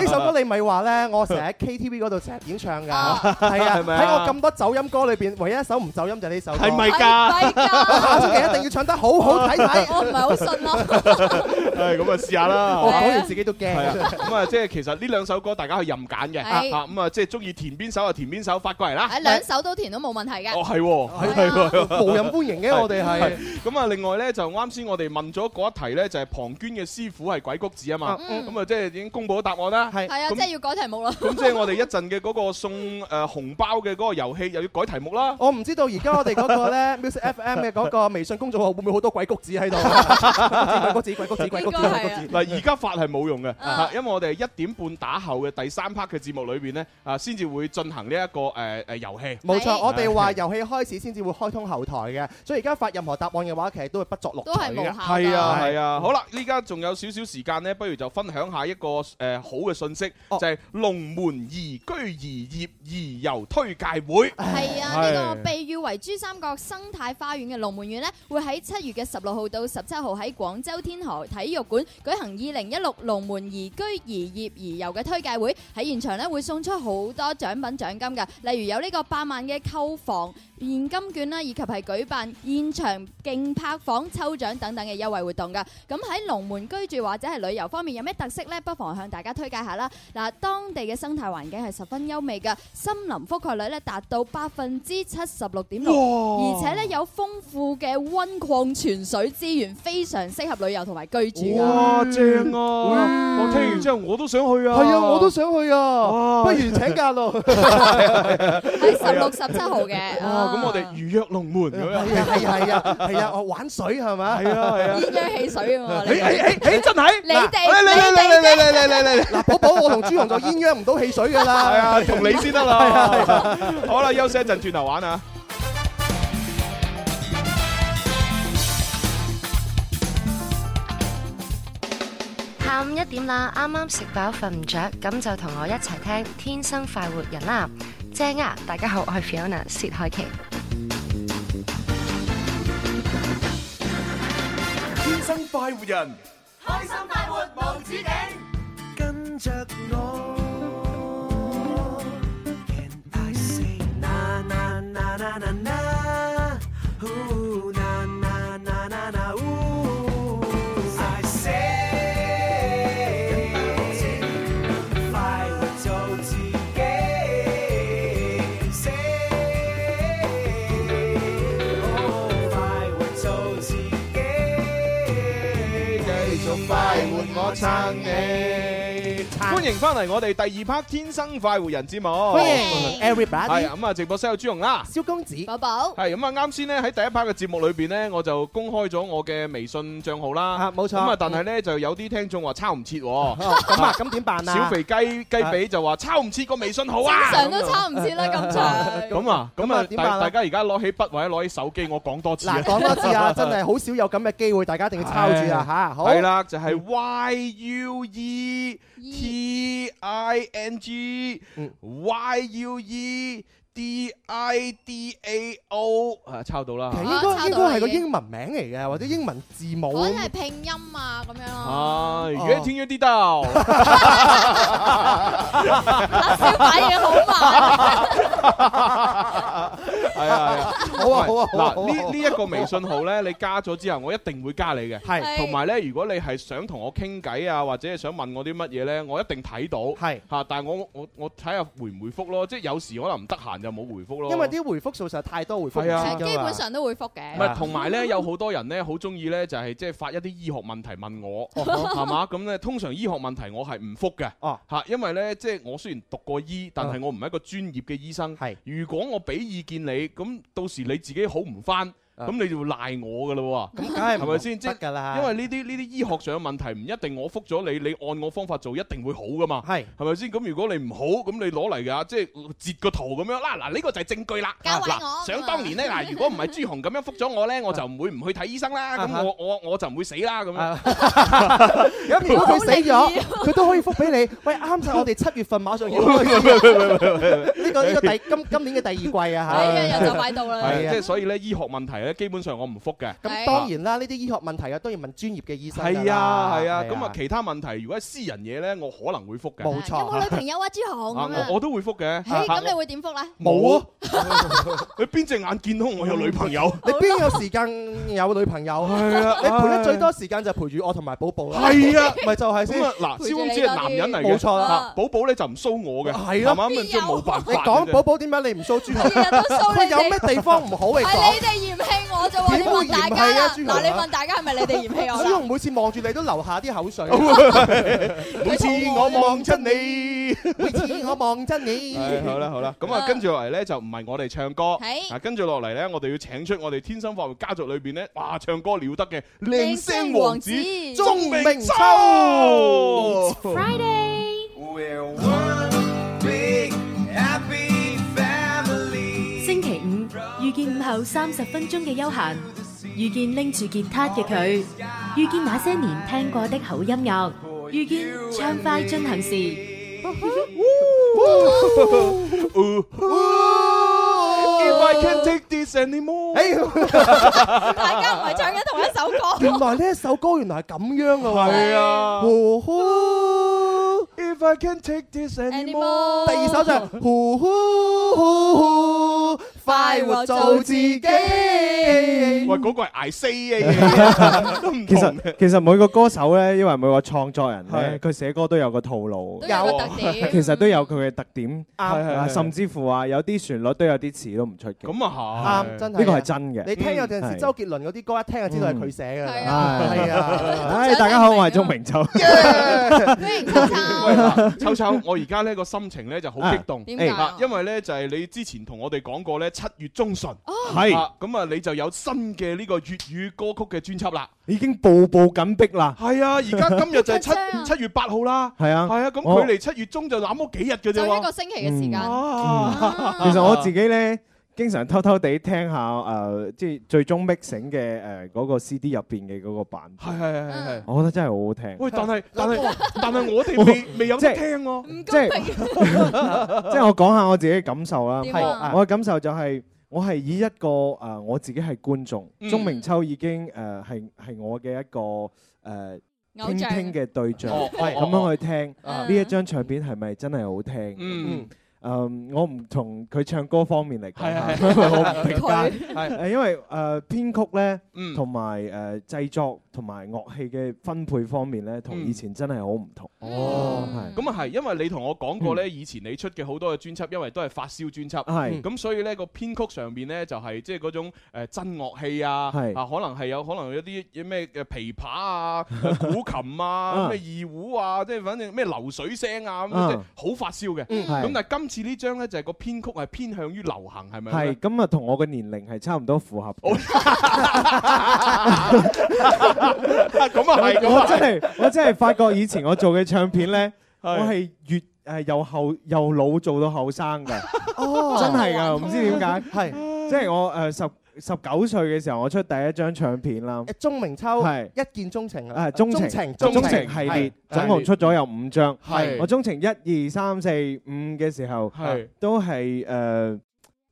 D: 呢首歌你咪話咧，我成日喺 KTV 嗰度成日點唱㗎，係啊，
C: 係咪啊
D: 喺我咁多走音歌裏邊，唯一一首唔走音就係呢首歌。
C: 係咪
E: 係
C: [laughs]
D: 下星期
E: 㗎，
D: 一定要唱得好好睇睇。
E: 我唔係好信咯。
C: 係咁啊，試下啦。
D: 我講完自己都驚。
C: 係啊，咁啊，即係其實呢兩首歌大家去任揀嘅，
E: 係
C: 啊咁啊，即係中意填邊首就填邊首，發過嚟啦。
E: 係兩手都填都冇問題嘅
C: 哦，。係喎，係
E: 係
C: 喎
E: 啊。
D: 無人歡迎嘅，我哋係
C: 咁啊，另外咧就啱先我哋問咗嗰一題咧，就係龐涓嘅師傅係鬼谷子啊嘛。
E: 嗯
C: 咁啊，即係已經公佈咗答案啦。
D: 係
E: 係啊，
C: 咁
E: 即係要改題目啦。
C: 咁即係我哋一陣嘅嗰個送誒紅包嘅嗰個遊戲又要改題目啦。
D: 我唔知道而家我哋嗰個咧 Music FM 嘅嗰個微信公眾號會唔會好多鬼谷子喺度？鬼谷子、鬼谷子、鬼谷子、鬼谷子、鬼谷子。
C: 嗱，而家發係冇用嘅，
E: 啊
C: 啊因為我哋一點半打後嘅第三 part 嘅節目裏邊咧，啊，先至會進行呢一個誒誒遊戲。
D: 冇錯，
E: 係
D: 我哋話遊戲開始先至會開通後台嘅，所以而家發任何答案嘅話，其實都會不作
E: 都
D: 錄
E: 係
D: 取
E: 無效
D: 嘅。
E: 㗎。
C: 係啊，係啊，好啦，依家仲有少少時間呢，不如就分享下一個誒、呃好嘅信息，
D: 哦
C: 就係龍門移居移業移遊推介會。
E: 係啊，
C: 唉
E: 呢個被譽為珠三角生態花園嘅龍門縣呢，會喺七月嘅十六號到十七號喺廣州天河體育館舉行二零一六龍門移居移業移遊嘅推介會。喺現場呢，會送出好多獎品獎金嘅，例如有呢個八萬嘅購房現金券啦，以及係舉辦現場競拍房抽獎等等嘅優惠活動㗎。咁喺龍門居住或者係旅遊方面有咩特色呢？不妨向大家推介下啦。嗱，當地嘅生態環境係十分優美嘅，森林覆蓋率咧達到百分之七十六點六，而且咧有豐富嘅溫礦泉水資源，非常適合旅遊同埋居住㗎。
C: 哇，正啊！我聽完之後我都想去啊。
D: 係啊，我都想去啊，
C: 哇
D: 不如請假咯。
E: 喺十六、十七號嘅。
C: 哇，咁我哋預約龍門咁
D: 係啊
C: 樣。
D: 係啊係啊係啊！我玩水係咪？
C: 係啊係啊。
E: 鴛鴦汽水啊嘛，你
C: 誒誒誒誒，真係！
E: 你哋
C: 嚟嚟嚟嚟嚟嚟嚟嚟嚟嚟！
D: 嗱，寶寶我同朱紅就鴛鴦唔到汽水㗎啦。
C: 係啊，同你先得啦。好啦，休息一陣，轉頭玩啊。
G: 天天天天都有好彩色，快活做自己。
K: 下午一點啦，啱啱食飽瞓唔着，咁就同我一齊聽《天生快活人》啦，正啊！大家好，我係 Fiona 薛凱琪。
B: 天生快活人，
G: 开心快活无止境，
B: 跟着我。Can I say na na na na na na? Ooh, na na na na na, ooh. I say, 快活做自己。Say, oh, 快活做自己。
C: 欢迎翻嚟我哋第二 part《天生快活人》節目，
D: 歡迎
C: 係
D: everybody，
C: 咁啊！直播室有朱容啦。
D: 蕭公子，
E: 寶寶，
C: 係咁啊！啱先咧喺第一 part 嘅節目裏邊咧，我就公開咗我嘅微信帳號啦。
D: 啊冇錯
C: 咁啊，但係咧就有啲聽眾話抄唔切
E: 哦
C: 喎。
D: 咁啊，咁點辦啊？
C: 小肥雞雞髀就話抄唔切個微信號啊！
E: 正常都差唔切啦，
C: [laughs]
E: 咁長。
C: 咁啊，咁
D: 咁啊
C: 啊，
D: 點
C: 大
D: 辦啊
C: 大家而家攞起筆或者攞起手機，我講多次啊
D: 嗱，。講多次
C: [laughs]
D: 啊，真係好少有咁嘅機會，大家一定要抄住啊吓，好，
C: 係啦，就係 Y U E T I N G
D: 嗯
C: Y U E D I D A O 啊，抄到啦
D: 其實。
E: 啊
D: 應該
E: 抄
D: 應
E: 到
D: 該
E: 啦
D: 係個
E: 已經
D: 英文名嚟嘅，或者英文字母。
E: 嗰啲係拼音啊，咁樣咯。
C: 啊，越聽越地 [laughs] 道。
E: 阿蕭反應好慢，
C: 係啊，係啊
D: 好啊好啊好啊好
C: 嗱，
D: 啊
C: 呢呢一個微信號咧，你加咗之後，我一定會加你嘅。
D: 係
E: 係
C: 同埋咧，如果你係想同我傾偈啊，或者係想問我啲乜嘢咧，我一定睇到。
D: 係。
C: 嚇！但係我我我睇下回唔回覆咯，即係有時可能唔得閒就冇回覆咯。
D: 因為啲回覆數實在太多回覆唔切
C: 係啊
E: 其實
D: 㗎嘛
E: 基本上都會覆嘅
C: 唔。係，同埋咧，有好多人咧，好中意咧，就係即係發一啲醫學問題問
D: [laughs]
C: 我，係嘛？咁咧，通常醫學問題我係唔覆嘅，
D: 哦嗯
C: 嚇，因為咧，即係我雖然讀過醫，但係我唔係一個專業嘅醫生。
D: 係
C: 如果我俾意見你，咁到時你自己好唔翻，
D: 啊
C: 咁你就會賴我噶啦
D: 咁梗係唔
C: 係咪先即
D: 得㗎啦？
C: 喎。因為呢啲呢啲醫學上嘅問題，唔一定我覆咗你，你按我方法做一定會好噶嘛。
D: 係
C: 係咪先？咁如果你唔好，咁你攞嚟㗎，即係截個圖咁樣啦。嗱，呢個就係證據啦。
E: 教壞
C: 嗱，
E: 我
C: 想當年呢，嗱，如果唔係朱紅咁樣覆咗我呢，我就唔會唔去睇醫生啦。
D: 啊哈
C: 咁我我我就唔會死啦。咁樣
D: 啊 [laughs] 咁如果佢死
E: [laughs]
D: 咗，佢都可以覆俾你。喂，啱晒我哋七月份馬
C: [laughs]
D: 上要開始呢個呢個第今今年嘅第二季
E: 哎
D: 啊
E: 呀，又就快到啦。
C: 係
D: 係
C: 啊
D: 啊
C: 即係所以呢，醫學問題呢，基本上我唔覆嘅。
D: 嚇。咁當然啦，呢啲醫學問題啊，當然問專業嘅醫生㗎
C: 係
D: 啦
C: 啊係啊，咁啊其他問題如果係私人嘢呢，我可能會覆嘅。
D: 冇
E: 有冇女朋友啊，朱紅
C: 啊
E: 咁樣
C: 我？我都會覆嘅。
E: 誒
C: 嚇
E: 咁你會點覆咧？
D: 冇啊！
C: [laughs] 你邊隻眼見到我有女朋友？
D: 你邊有時間有女朋友？係啊，你陪得最多時間就陪住我同埋寶寶啦。
C: 係啊，
D: [laughs] 咪就係先
C: 咁。啊嗱，
E: 陪
C: 蕭
E: 住
C: 公
E: 你
C: 子係男人嚟
D: 冇
C: 嘅，
D: 錯啦。
E: 啊
C: 寶寶呢就唔騷我嘅，
D: 係咯
C: 係嘛咁即係冇辦法
D: 你
C: 嘅啫。
D: 講寶寶點解你唔掃豬
C: [laughs]
E: 日
D: 頭？
E: 日都騷
D: 佢
E: 你
D: 有咩
E: 哋，
D: 地方唔好你
E: 係
C: 哎
D: 講？
E: 你哋嫌棄我啫喎！你
D: 點會
E: 問
D: 嫌
E: 大
D: 棄啊
E: 家啦，
D: 朱紅啊
E: 嗱，你問大家係咪你哋嫌
D: [laughs]
E: 棄我
D: 小
E: 啦？
D: 龍每次望住你都流下啲口
C: [laughs]
D: 水，
C: 每
D: [laughs]
C: 次我望出你。
D: 每次我望
C: [laughs]
D: 真你。
C: 唉好啦好啦，咁啊
E: 啊
C: 跟住落嚟咧就唔係我哋唱歌，
E: 係
C: 啊跟住落嚟咧我哋要請出我哋天生快活家族裏邊咧，哇唱歌了得嘅靚聲王子
E: 靚聲王子
C: 鐘明秋。
I: Friday，
B: We're one big happy family.
L: 星期五遇見午後三十分鐘嘅休閒，遇見拎住吉他嘅佢，遇見那些年聽過的好音樂，遇見暢快進行時。
C: [laughs] If I can't take this anymore，
D: 哎，
E: 大家唔係唱緊同一首歌。
D: 原來呢一首歌原來係咁樣嘅喎。哦
C: 係啊
D: 呼呼，
C: ，If I can't take this
E: Animal
C: anymore，
D: 第二首就係呼呼呼呼，快活做自己。
C: 喂嗰個係 I say 嘅 [laughs] 嘢，都唔
M: 其
C: 同
M: 實
C: 嘅。
M: 其實每個歌手咧，因為每個創作人
D: 係
M: 咧，佢寫歌都有個套路
E: 都，有個特點，
M: 其實都有佢嘅特點，
D: 啱
M: 啊甚至乎話有啲旋律都有啲詞都唔出嘅，
C: 咁啊係
D: 啱，真係
M: 呢個係。真嘅。
D: 你聽有陣時
M: 嗯
D: 周杰倫嗰啲歌，一聽就知道係佢寫㗎
E: 係
D: 啦。
E: 啊，
M: 係
D: 係啊，
M: 唉，大家好，我係鍾 [laughs] 明秋。
E: 歡迎秋
C: 喂
E: 秋。
C: 嗱秋秋，我而家呢個心情咧就好激動。
E: 點解
C: 啊
E: 啊？，
C: 因為咧就係你之前同我哋講過咧，七月中旬
M: 係
C: 啊，咁啊你就有新嘅呢個粵語歌曲嘅專輯啦。
M: [laughs] 已經步步緊逼啦，
C: 係啊，而家今日就係
E: 真啊
C: 七七月八號啦。
M: 係啊。
C: 係啊，咁
M: 我
C: 距離七月中就那麼幾日嘅啫
E: 就一
C: 喎。
E: 個星期嘅時間。
C: 啊
M: 其實我自己咧，經常偷偷地聽下誒，即係最終 mixing 嘅誒嗰個 CD 入邊嘅嗰個版本。
C: 係係係係係。
M: 我覺得真係好好聽。
C: 喂，但係但係但係我哋未未有得
M: 即係
C: 聽喎，
M: 即係即係我講下我自己嘅感受啦。
C: 點啊
M: 係我嘅感受就係我係以一個誒我自己係觀眾，
C: 嗯
M: 鐘明秋已經誒係係我嘅一個誒。
C: 偶
M: 傾
C: 像
M: 聽嘅對象，
C: 哦
M: 係
C: 哦
M: 咁樣去聽
C: 啊
M: 呢一張唱片係咪真係好聽？
C: 嗯，
M: 誒，我唔從佢唱歌方面嚟講
C: 係係
M: 嚇，因為我唔評價
C: 佢，
M: 係誒因為誒編曲咧
C: 嗯，
M: 同埋誒製作同埋樂器嘅分配方面咧，同以前真係好唔同。
C: 哦，
M: 係。
C: 咁啊係，因為你同我講
M: 嗯
C: 過呢，以前你出嘅好多嘅專輯，因為都係發燒專輯，
M: 啊係
C: 咁所以呢個編曲上面呢，就係即係嗰種誒真樂器啊，啊可
M: 係
C: 能係有可能有啲咩嘅琵琶
M: [laughs]
C: 啊、古琴啊、
M: 啊
C: 咩二胡啊，即係反正咩流水聲啊咁，
M: 啊
C: 即係好發燒嘅。
M: 嗯係
C: 咁但係今次呢張呢，就係個編曲係偏向於流行，係咪呢？
M: 係咁啊，同我嘅年齡係差唔多符合。
C: 咁啊係，咁
M: 我
C: 啊
M: 真係我真係發覺以前我做嘅唱片咧，我
C: 係
M: 係越誒由後由老做到後生㗎，
D: 哦
M: 真係㗎，唔知點解
D: 係
M: 即係我誒十十九歲嘅時候，我出第一張唱片啦。
D: 鐘明秋
M: 係
D: 一見鍾
C: [laughs]
D: 情啊！
M: 啊，鍾情
D: 情
M: 鍾情系列總共出咗有五張，
D: 係
M: 我鍾情一二三四五嘅時候
D: 係，
M: 都係誒，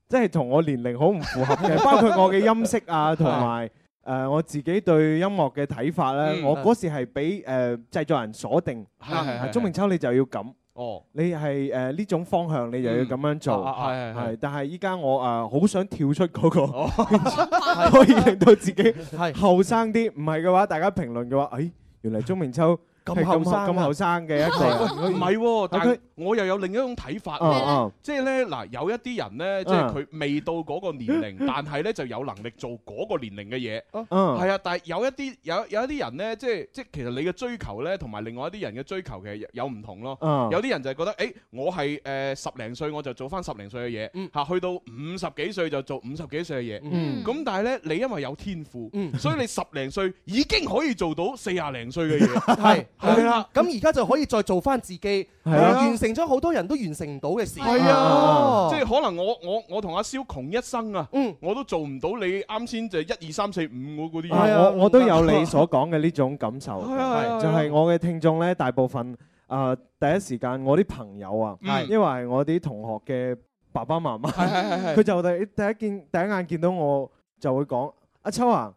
M: 即係同我年齡好唔符合嘅，包括我嘅音色啊，同埋。
C: [laughs]
M: 誒我自己對音樂嘅睇法咧，
C: 嗯
M: 我嗰時係俾誒製作人鎖定，
C: 係係
M: 啊
C: 係
M: 鐘明秋你就要咁，
C: 哦，
M: 你係誒呢種方向你就要咁樣
C: 嗯啊
M: 做，
C: 啊啊係係係
M: 但係依家我誒好想跳出嗰個，可以令到自己後生啲。唔係嘅話，大家評論嘅話，誒原來鐘明秋
C: 咁
M: 係
C: 後生啊
M: 咁後生嘅一個
C: 喂
M: 人
C: 唔係喎，但哦係
M: 佢
C: 我又有另一種睇法
M: 咩
C: 喎
M: 呢，
C: 即係咧嗱，有一啲人咧，即係佢未到嗰個年 [laughs] 齡，但係咧就有能力做嗰個年齡嘅嘢，
M: 嗯
C: 係啊。但係有一啲有有一啲人咧，即係即係其實你嘅追求咧，同埋另外一啲人嘅追求其實有有唔同咯
M: 嗯。
C: 有啲人就係覺得，誒，我係誒十零歲我就做翻十零歲嘅嘢，嚇去到五十幾歲就做五十幾歲嘅嘢。
M: 嗯
C: 咁但係咧，你因為有天
M: [laughs]
C: 賦，所以你十零歲已經可以做到四廿零歲嘅 [laughs] 嘢。
D: 係係啦，咁而家就可以再做翻自己，
C: 係啊
D: 完成咗好多人都完成唔到嘅事。
C: 係啊，
D: 哦
C: 即係可能我我我同阿蕭窮一生啊，我都做唔到你啱先就一二三四五嗰嗰啲
M: 啊
C: 嘢。
M: 我我都有
C: [laughs]
M: 你所講嘅呢種感受，
C: 嗯係啊係啊
M: 就係我嘅聽眾咧，大部分誒第一時間我啲朋友啊
C: 嗯，
M: 因為係我啲同學嘅爸爸媽媽
C: 係係係，
M: 佢就第第一見第一眼見到我就會講：阿秋啊，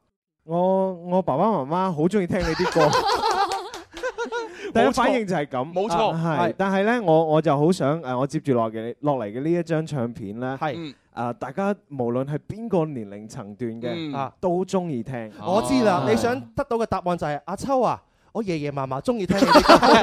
M: 我我爸爸媽媽好中意聽你啲歌。 [laughs] 第一反應就係咁，
C: 冇錯
M: 啊
C: 係
M: 係。但係咧，我我就好想誒，我接住落嘅落嚟嘅呢一張唱片咧，
C: 嗯
M: 係啊，大家無論係邊個年齡層段
C: 嗯
M: 嘅啊，都中意聽。
D: [laughs] 我知啦，你想得到嘅答案就係阿秋啊，我爺爺嫲嫲中意聽你
C: [laughs]
D: 啲歌。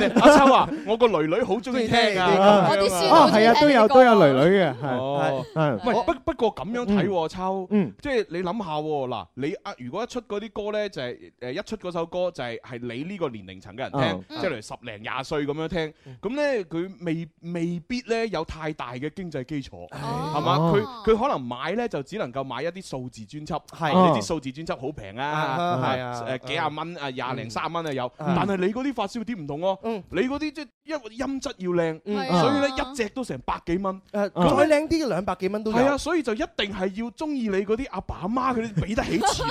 M: [laughs]
C: 哋阿秋啊，我個女女好中意聽啊，
M: 我啲
C: 咁樣
M: 孫好中意聽呢啲歌啊係啊都有都有女女嘅係
C: 哦
M: 係
C: 喂，不不過咁樣睇喎，秋
M: 嗯，
C: 即係你諗下喎，嗱，你啊如果一出嗰啲歌咧，就係誒一出嗰首歌就係係你呢個年齡層嘅人聽
M: 哦，
C: 即係例如十零廿歲咁樣聽，咁咧佢未未必咧有太大嘅經濟基礎，
D: 啊
C: 係嘛？佢
M: 哦
C: 佢可能買咧就只能夠買一啲數字專輯，
D: 係
C: 啊你啲數字專輯好平啊，
D: 啊係啊
C: 誒幾廿蚊啊廿零三蚊啊有，
D: 嗯
C: 但係你嗰啲發燒碟唔同喎，你嗰啲即係因為音質要靚，
D: 嗯
E: 啊
C: 所以咧一隻都成百幾蚊，
D: 誒
C: 咁咧
D: 再靚啲嘅兩百幾蚊都有。
C: 係啊，所以就一定係要中意你嗰啲阿爸阿媽佢哋俾得起錢，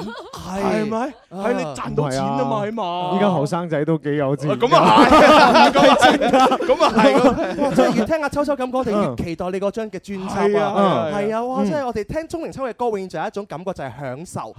C: [laughs]
D: 係
C: 係咪？
D: 啊
C: 係你賺到錢啊嘛，起碼
M: 依家後生仔都幾
C: [laughs]
M: 有錢。
C: 咁啊係，咁 [laughs] 啊係咁啊係喎。
D: 哇！真係越聽阿秋秋咁講，我哋越期待你嗰張嘅專輯
C: 係
D: 啊
C: 啊！
D: 係啊！哇！
C: 嗯
D: 真係我哋聽鐘明秋嘅歌，永遠就有一種感覺就係享受。係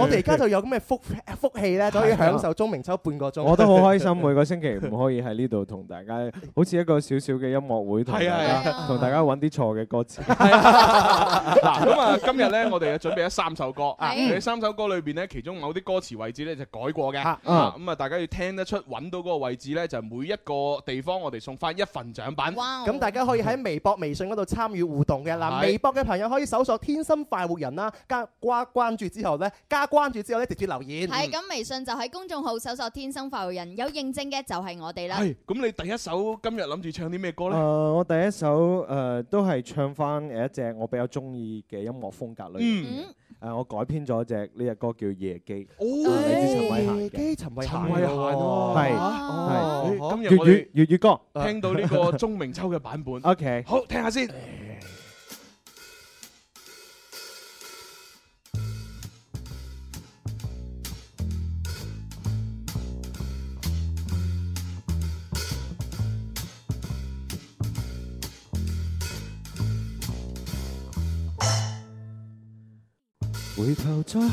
D: 我哋而
M: 嗯
D: 家就有咁嘅福福氣咧，就可以
M: 啊
D: 享受鐘明秋半個鐘。
M: 我都好開心，每個星期唔可以喺呢度同大家，好似一個小小嘅音樂會，同大
C: 係啊係
M: 家同大家揾啲錯嘅歌詞。
C: 嗱，咁啊，今日咧，我哋就準備咗三首歌。
M: 係
C: 喺三首歌裏邊咧，其中某啲歌詞位置咧就改過嘅。啊
M: 啊
C: 咁啊，大家要聽得出，揾到嗰個位置咧，就每一個地方我哋送翻一份獎品。
D: 咁大家可以喺微博、微信嗰度參與互動嘅。嗱，
C: 係
D: 微博嘅朋友可以搜索「天生快活人」啦，加關關注之後咧，加關注之後咧，直接留言。
E: 係咁，微信就喺公眾號搜索“天生快活人”，有認證嘅就係我哋啦。
C: 係咁，你第一首今日諗住唱啲咩歌
M: 誒，
C: 咧？
M: 我第一首誒都係唱翻誒一隻我比較中意嘅音樂風格類型
C: 嗯
M: 嘅。誒，我改編咗一隻呢隻歌叫《夜機》，
C: 哦
D: 啊
M: 嚟自陳慧嫻嘅。
D: 機陳慧嫻
C: 陳慧啊嫻喎
M: 係
C: 哦
M: 係
C: 今日
M: 粵
C: 我哋
M: 語粵語歌，
C: 聽到呢個鐘明秋嘅版本。
M: OK，
C: 好，聽下先。
F: 回頭再看，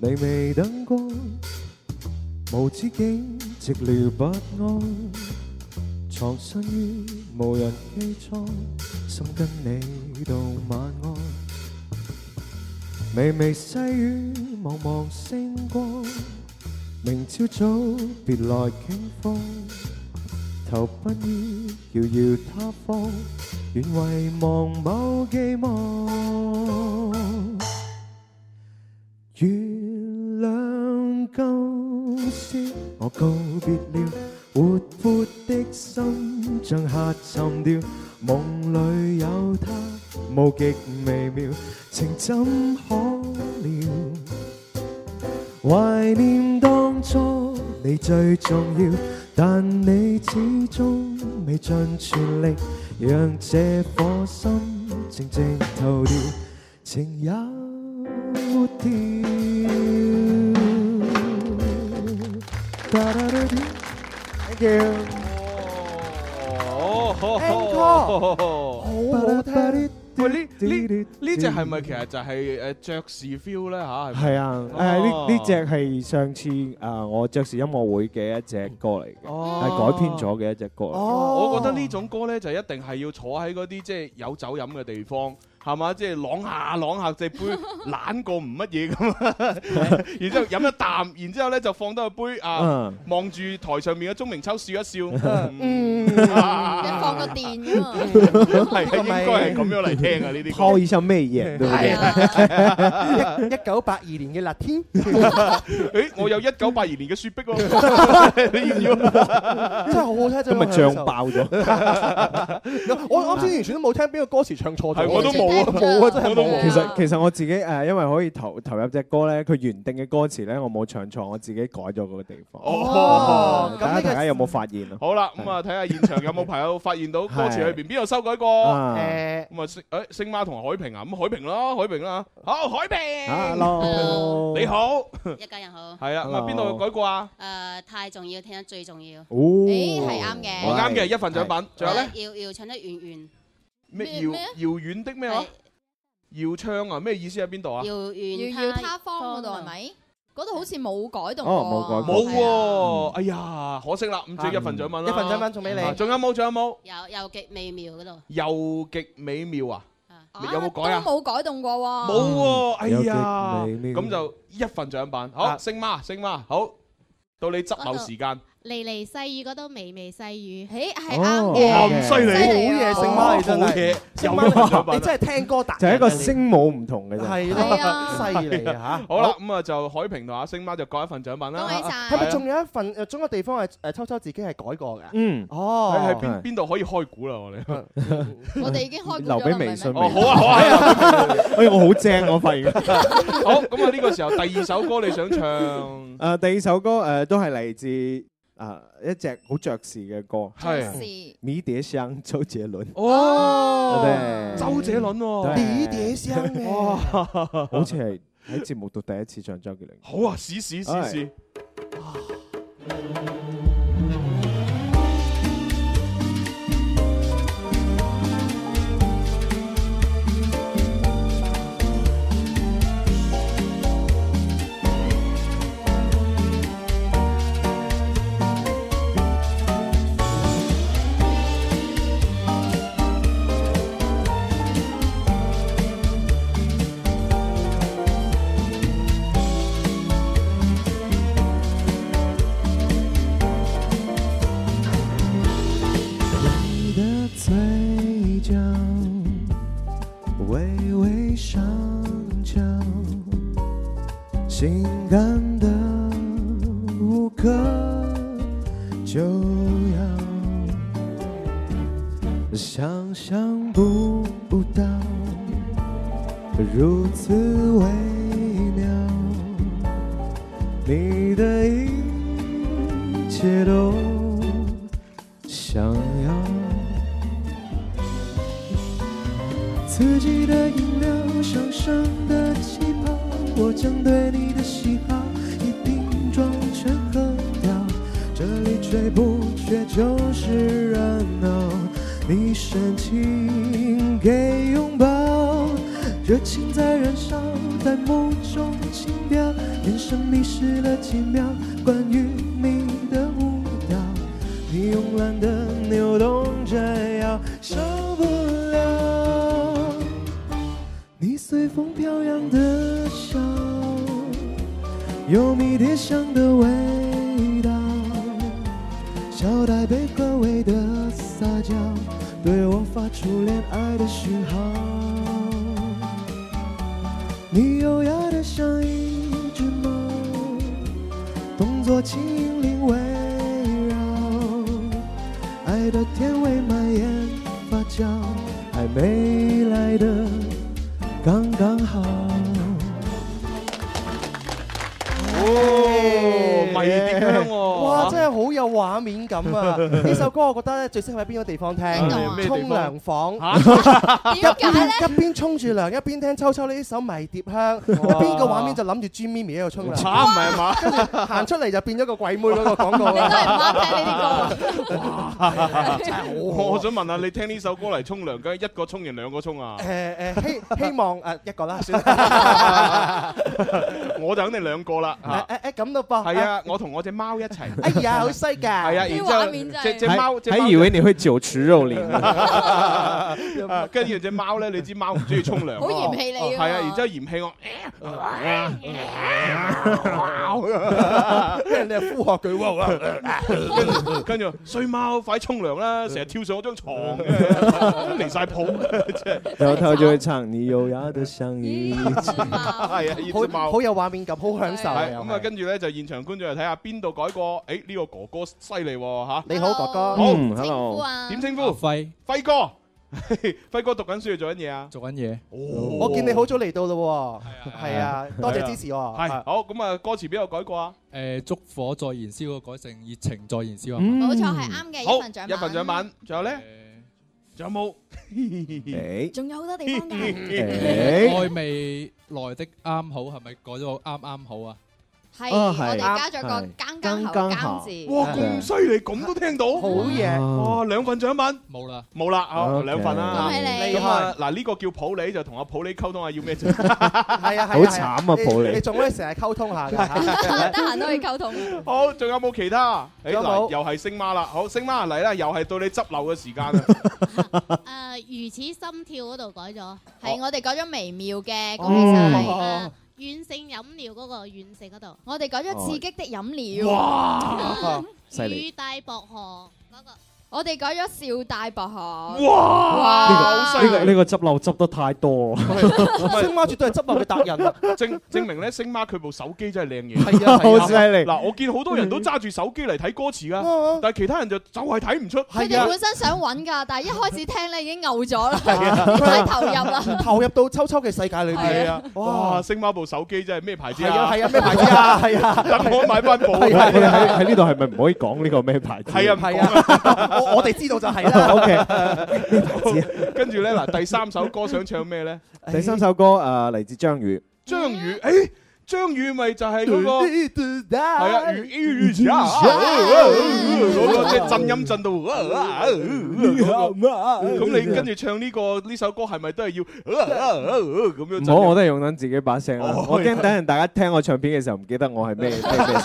F: 你未等過，無止境寂寥不安，藏身於無人機艙，心跟你道晚安。微微細雨，茫茫星光，明朝早別來驚慌，投奔於遙遙他方，願遺忘某寄望。月亮今宵，我告別了，活潑的心像下沉掉，夢裏有他，無極微妙，情怎可料？懷念當初你最重要，但你始終未盡全力，讓這顆心靜靜逃掉，情也沒掉。Thank you。
C: 喂，呢呢呢只係咪其實就係誒爵士 feel 咧嚇？
M: 係啊，誒呢呢只
C: 隻
M: 係上次誒我爵士音樂會嘅一隻歌嚟嘅，係改編咗嘅一隻歌嚟嘅。
D: 哦
C: 我覺得呢種歌咧就一定係要坐喺嗰啲即係有酒飲嘅地方。係嘛？即係啷下啷下
M: [laughs]
C: 隻杯，懶過唔乜嘢咁啊！然之後飲一啖，然之後咧就放低個杯啊
M: 嗯，
C: 望住台上面嘅鐘明秋笑一笑，
M: 嗯，
C: 啊
E: 你放個電㗎嘛
C: 係係應該係咁樣嚟聽啊！呢啲歌
M: 拋一下媚眼，對不對？
D: 哦一九八二年嘅辣
C: [laughs]
D: 天，
C: 诶，我有一九八二年嘅雪碧
M: [laughs]
C: 喎， [laughs] 你要唔要？
D: 真係好好聽，真係
M: 咁咪
D: 好享
M: 脹
D: 受
M: 爆咗。
D: [laughs] 我啱先完全都冇聽邊個歌詞唱錯咗，
C: 係我都冇啊
D: 冇啊，真係
C: 我都
D: 冇啊。
M: 其實其實我自己誒、呃因為可以投投入隻歌咧，佢原定嘅歌詞咧，我冇唱錯，我自己改咗嗰個地方。
C: 哦
M: 大
C: 咁呢
M: 家
C: 個
M: 大家有冇發現啊？
C: 好啦，咁啊睇下現場有冇朋友發現到歌詞裏邊邊度修改過？
M: 啊
C: 誒咁啊星誒星媽同海平啊，咁海平啦，海平啦，好海平
M: ，hello，
C: 你好，
I: 一家人好。
C: 係啦，咁啊
M: Hello
C: 邊度改過啊？
I: 誒，太重要，聽得最重要。
M: 哦，
I: 誒係啱嘅
C: 哦啱嘅一份獎品，仲有咧
I: 要要唱得遠遠，咩
C: 咩遙
I: 咩
C: 遙遠的咩話？遙唱啊，咩意思喺邊度啊？
I: 遙遠
E: 遙遙他方嗰度係咪？嗰度好似冇改動
C: 哦，
E: 過啊。
C: 冇喎，哎呀，可惜啦，唔止一份獎品啦，
D: 一份獎品送俾你
C: 仲有冇？仲有冇？
I: 有有極微妙嗰度。
C: 又極美妙啊！有冇改啊？
E: 都冇改動過喎。
C: 冇喎，哎呀，
M: 有極美妙
C: 咁就一份獎品。好，星媽，星媽，好，到你執漏時間。
I: 微微細雨嗰度微微細雨，
E: 誒係
C: 哦哇，咁犀利，
D: 好嘢，星媽你真
C: 好
D: 係
C: 嘢，
D: 星
C: 又一份獎
D: 媽
C: 品
D: 你真係聽歌達
M: 就係一
D: 人
M: 個
D: 啊
M: 聲母唔同嘅啫。
D: 係咯係啊犀利啊嚇
C: 好啦，咁啊就海平同阿星媽就各一份獎品啦。
D: 係咪仲有一份誒中國地方係誒秋秋自己係改過嘅？
M: 嗯，
D: 哦，
C: 喺邊邊度可以開估啦？我哋
E: 我哋已經開
M: 留俾微信。
C: 哦，好啊，好啊。
M: 哎，我好正，我發現。
C: 好，咁啊呢個時候第二首歌你想唱？
M: 誒，第二首歌誒都係嚟自啊一隻好爵士嘅歌，
C: 係爵士
M: 《迷迭香》周杰倫。
C: 哦
M: 對
C: 周杰倫喎，
M: 對
D: 碟香嘅
C: 哇，
M: 好似係喺節目度第一次唱周杰倫。
C: 好啊，試試試試。
F: 你的嘴角微微上翘，性感的无可救药，想象不到如此微妙，你的一切都想要。刺激的饮料，上升的气泡，我将对你的喜好一瓶装全喝掉。这里最不缺就是热闹，你深情给拥抱，热情在燃烧，在梦中像迷失了几秒，关于你的舞蹈，你慵懒的扭动着腰，受不了你随风飘扬的笑，有迷迭香的味道，小袋被怪味的撒娇，对我发出恋爱的讯号。你优雅的像一只猫，动作轻盈令围绕，爱的甜味蔓延发酵，还没来的刚刚好。
C: 哦
D: 哇！真係好有畫面感啊！呢首歌我覺得咧最適合喺邊個地方聽
C: 邊度啊？咩地方
D: 沖涼房。一
C: 點解
D: 邊一邊沖住涼，一邊聽秋秋呢首《迷迭香》，一邊個畫面就諗住 j i m m 喺度沖涼。
C: 嚇唔係嘛
D: 跟住行出嚟就變咗個鬼妹嗰個廣告啦。
C: 我我想問下你聽呢首歌嚟沖涼，梗係一個沖完兩個沖
D: [laughs]
C: 啊？
D: 誒誒，希希望誒一個啦，算啦。
C: 我就肯定兩個啦。嚇
D: 誒誒咁咯噃。
C: 係啊，我同我只貓一齊。
D: 哎呀，好犀㗎！係 [laughs]
C: 係啊，然之後只只貓，隻
M: 还
C: 貓
M: 以為你會酒池肉林呢。 [laughs]
C: 啊 [laughs] 跟住只貓咧，你知貓唔中意沖涼，
M: 好嫌棄你㗎
C: 係啊，然之後嫌棄我。
D: [laughs] 跟住你又呼喝佢
C: 喎，跟住跟住衰貓快沖涼啦，成日跳上我張床嘅，離晒譜，真係
M: 然後他就會唱你優雅的像一隻
C: 係啊，熱
D: 好
C: 隻貓。
D: 好有畫面感，好享受啊
C: 係咁啊，跟住咧就現場觀眾就睇下邊度改過，誒呢個哥哥犀利喎嚇！
D: 你好哥哥
C: 好
M: [laughs] 嗯，hello 稱呼啊
C: 點稱呼？
N: 輝
C: 輝哥， [laughs] 輝哥讀緊書做緊嘢啊？
N: 做緊嘢。
D: 我見你好早嚟到咯喎，係啊，多謝支持我。
C: 係好咁啊，歌詞邊個改過啊？
N: 誒，燭火再燃燒，改成熱情再燃燒啊！
E: 嗯冇錯係啱嘅
C: 好
E: 一份獎品
C: 一份獎品，仲有咧？仲有冇？
E: 仲有好多地方
C: Ừ.
E: 㗎。
N: 愛未來的啱好係咪改咗啱啱好啊？
E: 係我哋加咗個更更後更字。
C: 哇，咁犀利，咁都聽到，好
D: 嘢！
C: 哇，兩份獎品
N: 冇啦，
C: 冇啦，啊
M: OK
C: 兩份啦。
E: 恭喜 [laughs] 你
C: 咁啊，嗱呢個叫普洱，就同阿普洱溝通下要咩 [laughs] 獎。
D: 係啊，係啊
M: 好慘啊
D: 係
M: 普洱
D: 你仲可以成日溝通下㗎
E: 得閒都可以溝通。
C: 好，仲有冇其他？誒
D: 仲
C: 嗱，
D: 有冇
C: 又係星媽啦，好星媽嚟啦，又係到你執漏嘅時間啦。
I: 誒如此心跳嗰度改咗，
E: 係我哋改咗微妙嘅，
I: 哦
E: 恭喜晒！
I: 誒軟性飲料嗰個軟性嗰度，
E: 我哋改咗刺激的飲料。
M: 哇犀利
I: 雨大薄荷嗰個。
E: 我哋改咗笑大薄荷。
M: 哇呢個呢個
E: 呢
M: 呢個執漏執得太多啦，
D: 星媽絕對係執漏嘅達人。
C: 證證明咧，星媽佢部手機真係靚嘢，
M: 係啊係啊 [laughs] 好犀利
C: 嗱，我見好多人都揸住手機嚟睇歌詞
D: 噶，
C: 但係其他人就就係睇唔出。
E: 佢哋本身想揾㗎，但係一開始聽咧已經嘔咗啦，
C: 係啊
E: 太投入啦。
D: 投入到秋秋嘅世界
C: 係
D: 裏邊
C: 啊，
D: 哇！
C: 哇！星媽部手機真係咩牌子
D: 係啊
C: 啊？
D: 係啊咩牌子啊係啊
C: 等我買翻部。
M: 我哋喺喺呢度係咪唔可以講呢個咩牌子？
C: 係啊，
D: 係啊， [laughs] 我我哋知道就係啦。
C: OK，跟住咧嗱，第三首歌想唱咩咧？
M: 第三首歌誒嚟自張宇，
C: 張宇，誒，張宇咪就係嗰個。
D: 係
C: 啊，如如如啊，嗰個即係震音震到，咁你跟住唱呢個呢首歌係咪都係要咁樣？
M: 唔好我都係用緊自己把聲啦， [laughs] 我驚等陣大家聽我唱片嘅時候唔記得 [laughs] 我係咩咩咩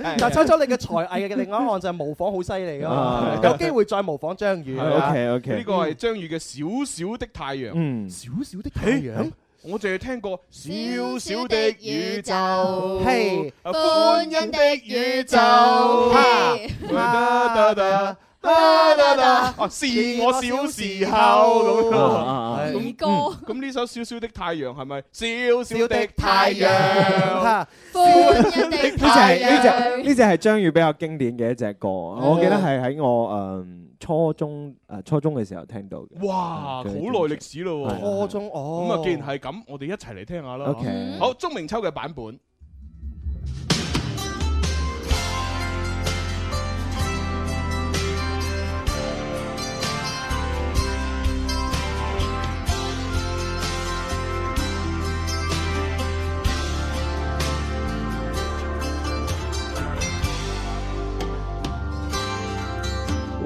M: 聲。
D: 但秋秋你嘅才藝嘅另外一項就係模仿好犀利㗎嘛
M: 啊，
D: 有機會再模仿張宇。
M: OK，OK
C: 呢個係張宇嘅《小小的
M: [laughs]
C: 太陽》。
M: 嗯
D: 小小的太陽。
C: 我淨係聽過小小的宇宙，
D: 嘿
C: 啊歡欣的宇宙，
D: 哈
C: [laughs] 哒哒哒哒哒哒，哦，是我小時候咁樣
M: 啊啊
D: Ừ.
M: 啊
C: 咁
E: 歌
C: 咁呢首《小小的太陽》係咪小小的 [laughs] 太陽
D: 哈？
E: 歡欣的
M: 呢只係呢只呢只係張宇比較經典嘅一隻歌，我記得係喺我誒初中誒初中嘅時候聽到嘅。
C: 哇，好耐歷史咯喎！
D: 初中哦
C: 咁啊，既然係咁，我哋一齊嚟聽下啦。
M: OK 嗯
C: 好，鐘明秋嘅版本。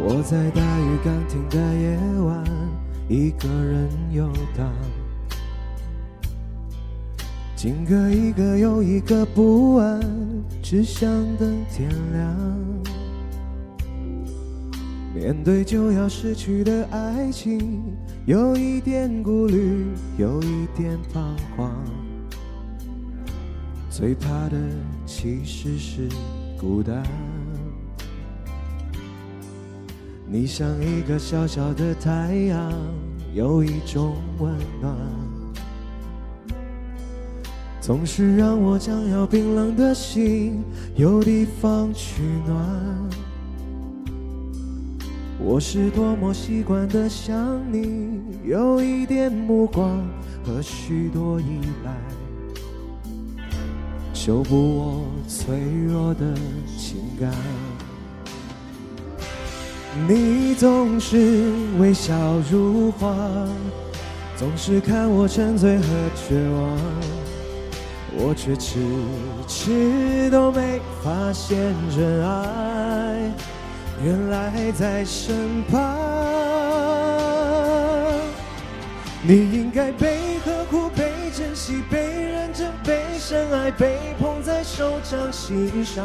F: 我在大雨刚停的夜晚，一个人游荡，经过一个又一个不安，只想等天亮。面对就要失去的爱情，有一点顾虑，有一点彷徨。最怕的其实是孤单。你像一个小小的太阳，有一种温暖，总是让我将要冰冷的心有地方取暖。我是多么习惯的想你，有一点目光和许多依赖，修补我脆弱的情感。你总是微笑如花，总是看我沉醉和绝望，我却迟迟都没发现真爱。原来在身旁。你应该被呵护、被珍惜、被认真、被深爱、被捧在手掌心上，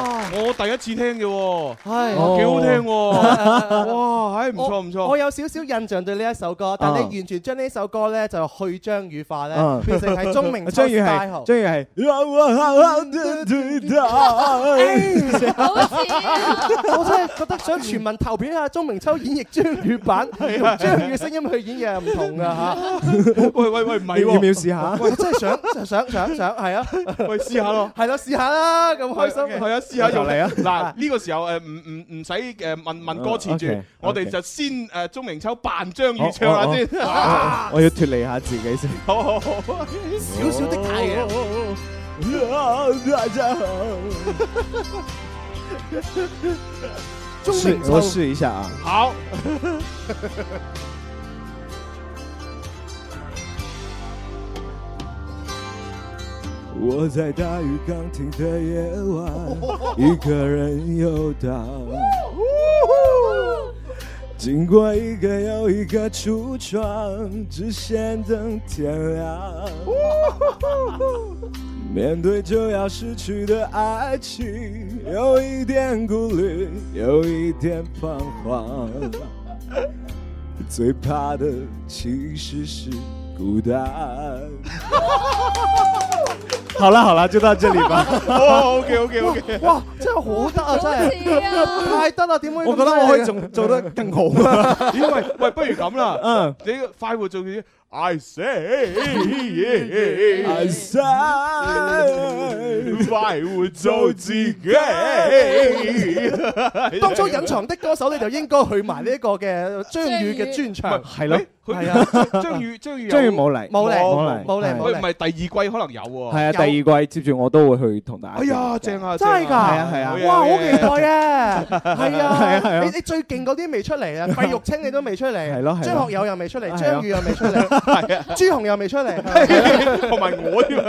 C: 哦我第一次聽嘅喎，
D: 係
C: 哇幾好聽 [laughs] 喎！
D: 哇，
C: 唉，唔錯唔錯。
D: 我有少少印象對呢一首歌，但你完全將呢首歌咧就去張語化咧，變 [laughs] 成係鐘
F: 啊
D: 明秋
M: 張宇係
D: style
M: 張宇係
F: 讓我好好的對哎待。
D: 我真係覺得想全民投票一下鐘明秋演繹張宇版，
C: 係啊
D: 用張宇嘅聲音去演繹係唔同
M: [laughs]
D: 噶嚇。
C: 喂喂喂，唔係
M: 要
C: 喎，
M: 唔要試下
D: 喂，真係想想想想係啊！
C: 喂，試下咯，
D: 係咯，試下啦，咁開心。
C: 係啊，試下用
M: 由你啊
C: 嗱，呢個時候誒呃唔唔唔使誒
D: 啊
C: 問問歌詞住
M: OK，OK，
C: 我哋就先誒鐘明秋扮張宇
M: 我
C: 唱下先。
M: 我
D: 哦
M: 我我我要脱離下自己先。
C: 好好好，少
D: 啊少的太陽
F: 大家好，
D: [laughs] 鐘明
M: 我
D: 秋
M: 試一下啊。
C: 好。
F: 我在大雨刚停的夜晚，一个人游荡，经过一个又一个橱窗，只想等天亮。面对就要失去的爱情，有一点顾虑，有一点彷徨。最怕的其实是孤单。
M: 好了好了，就到这里吧。
C: 哦，OK OK OK，
D: 哇，真係好得啊，真
E: 好似
D: 係
E: 啊
D: 太得啦！點會咁
M: 我覺得我可以
D: 犀利
M: 仲
D: 啊
M: 做
D: [laughs]
M: 得更好啊！
C: 咦喂喂，不如咁啦，
D: 啊
M: 嗯，
C: 你個快活做嘅 I say
F: I say
C: 快活做自己。
D: 當初隱藏的歌手你就應該去埋呢一個嘅張宇嘅專場，
M: 係咯，
C: 哎佢
D: 係啊，
C: 張張宇張宇有
M: 張宇冇嚟，
D: 冇嚟
M: 冇嚟，
D: 冇嚟
C: 喂，唔係第二季可能有喎。
M: 係啊，第二季接住我都會去同大家。
C: 哎呀，正啊，
D: 真係㗎，
C: 正啊
M: 係啊係啊
D: 哇，好期待
M: [laughs]
D: 啊，
M: 係
D: 係
M: 啊係
D: 啊，
M: 啊
D: 你你最勁嗰啲未出嚟啊，費玉清你都未出嚟，
M: 係咯係咯
D: 張學友又未出
M: 係
D: 嚟，
M: 啊
D: 張宇又未
M: [laughs]
D: 出嚟，朱紅又未出嚟，
C: [laughs] 同埋我添。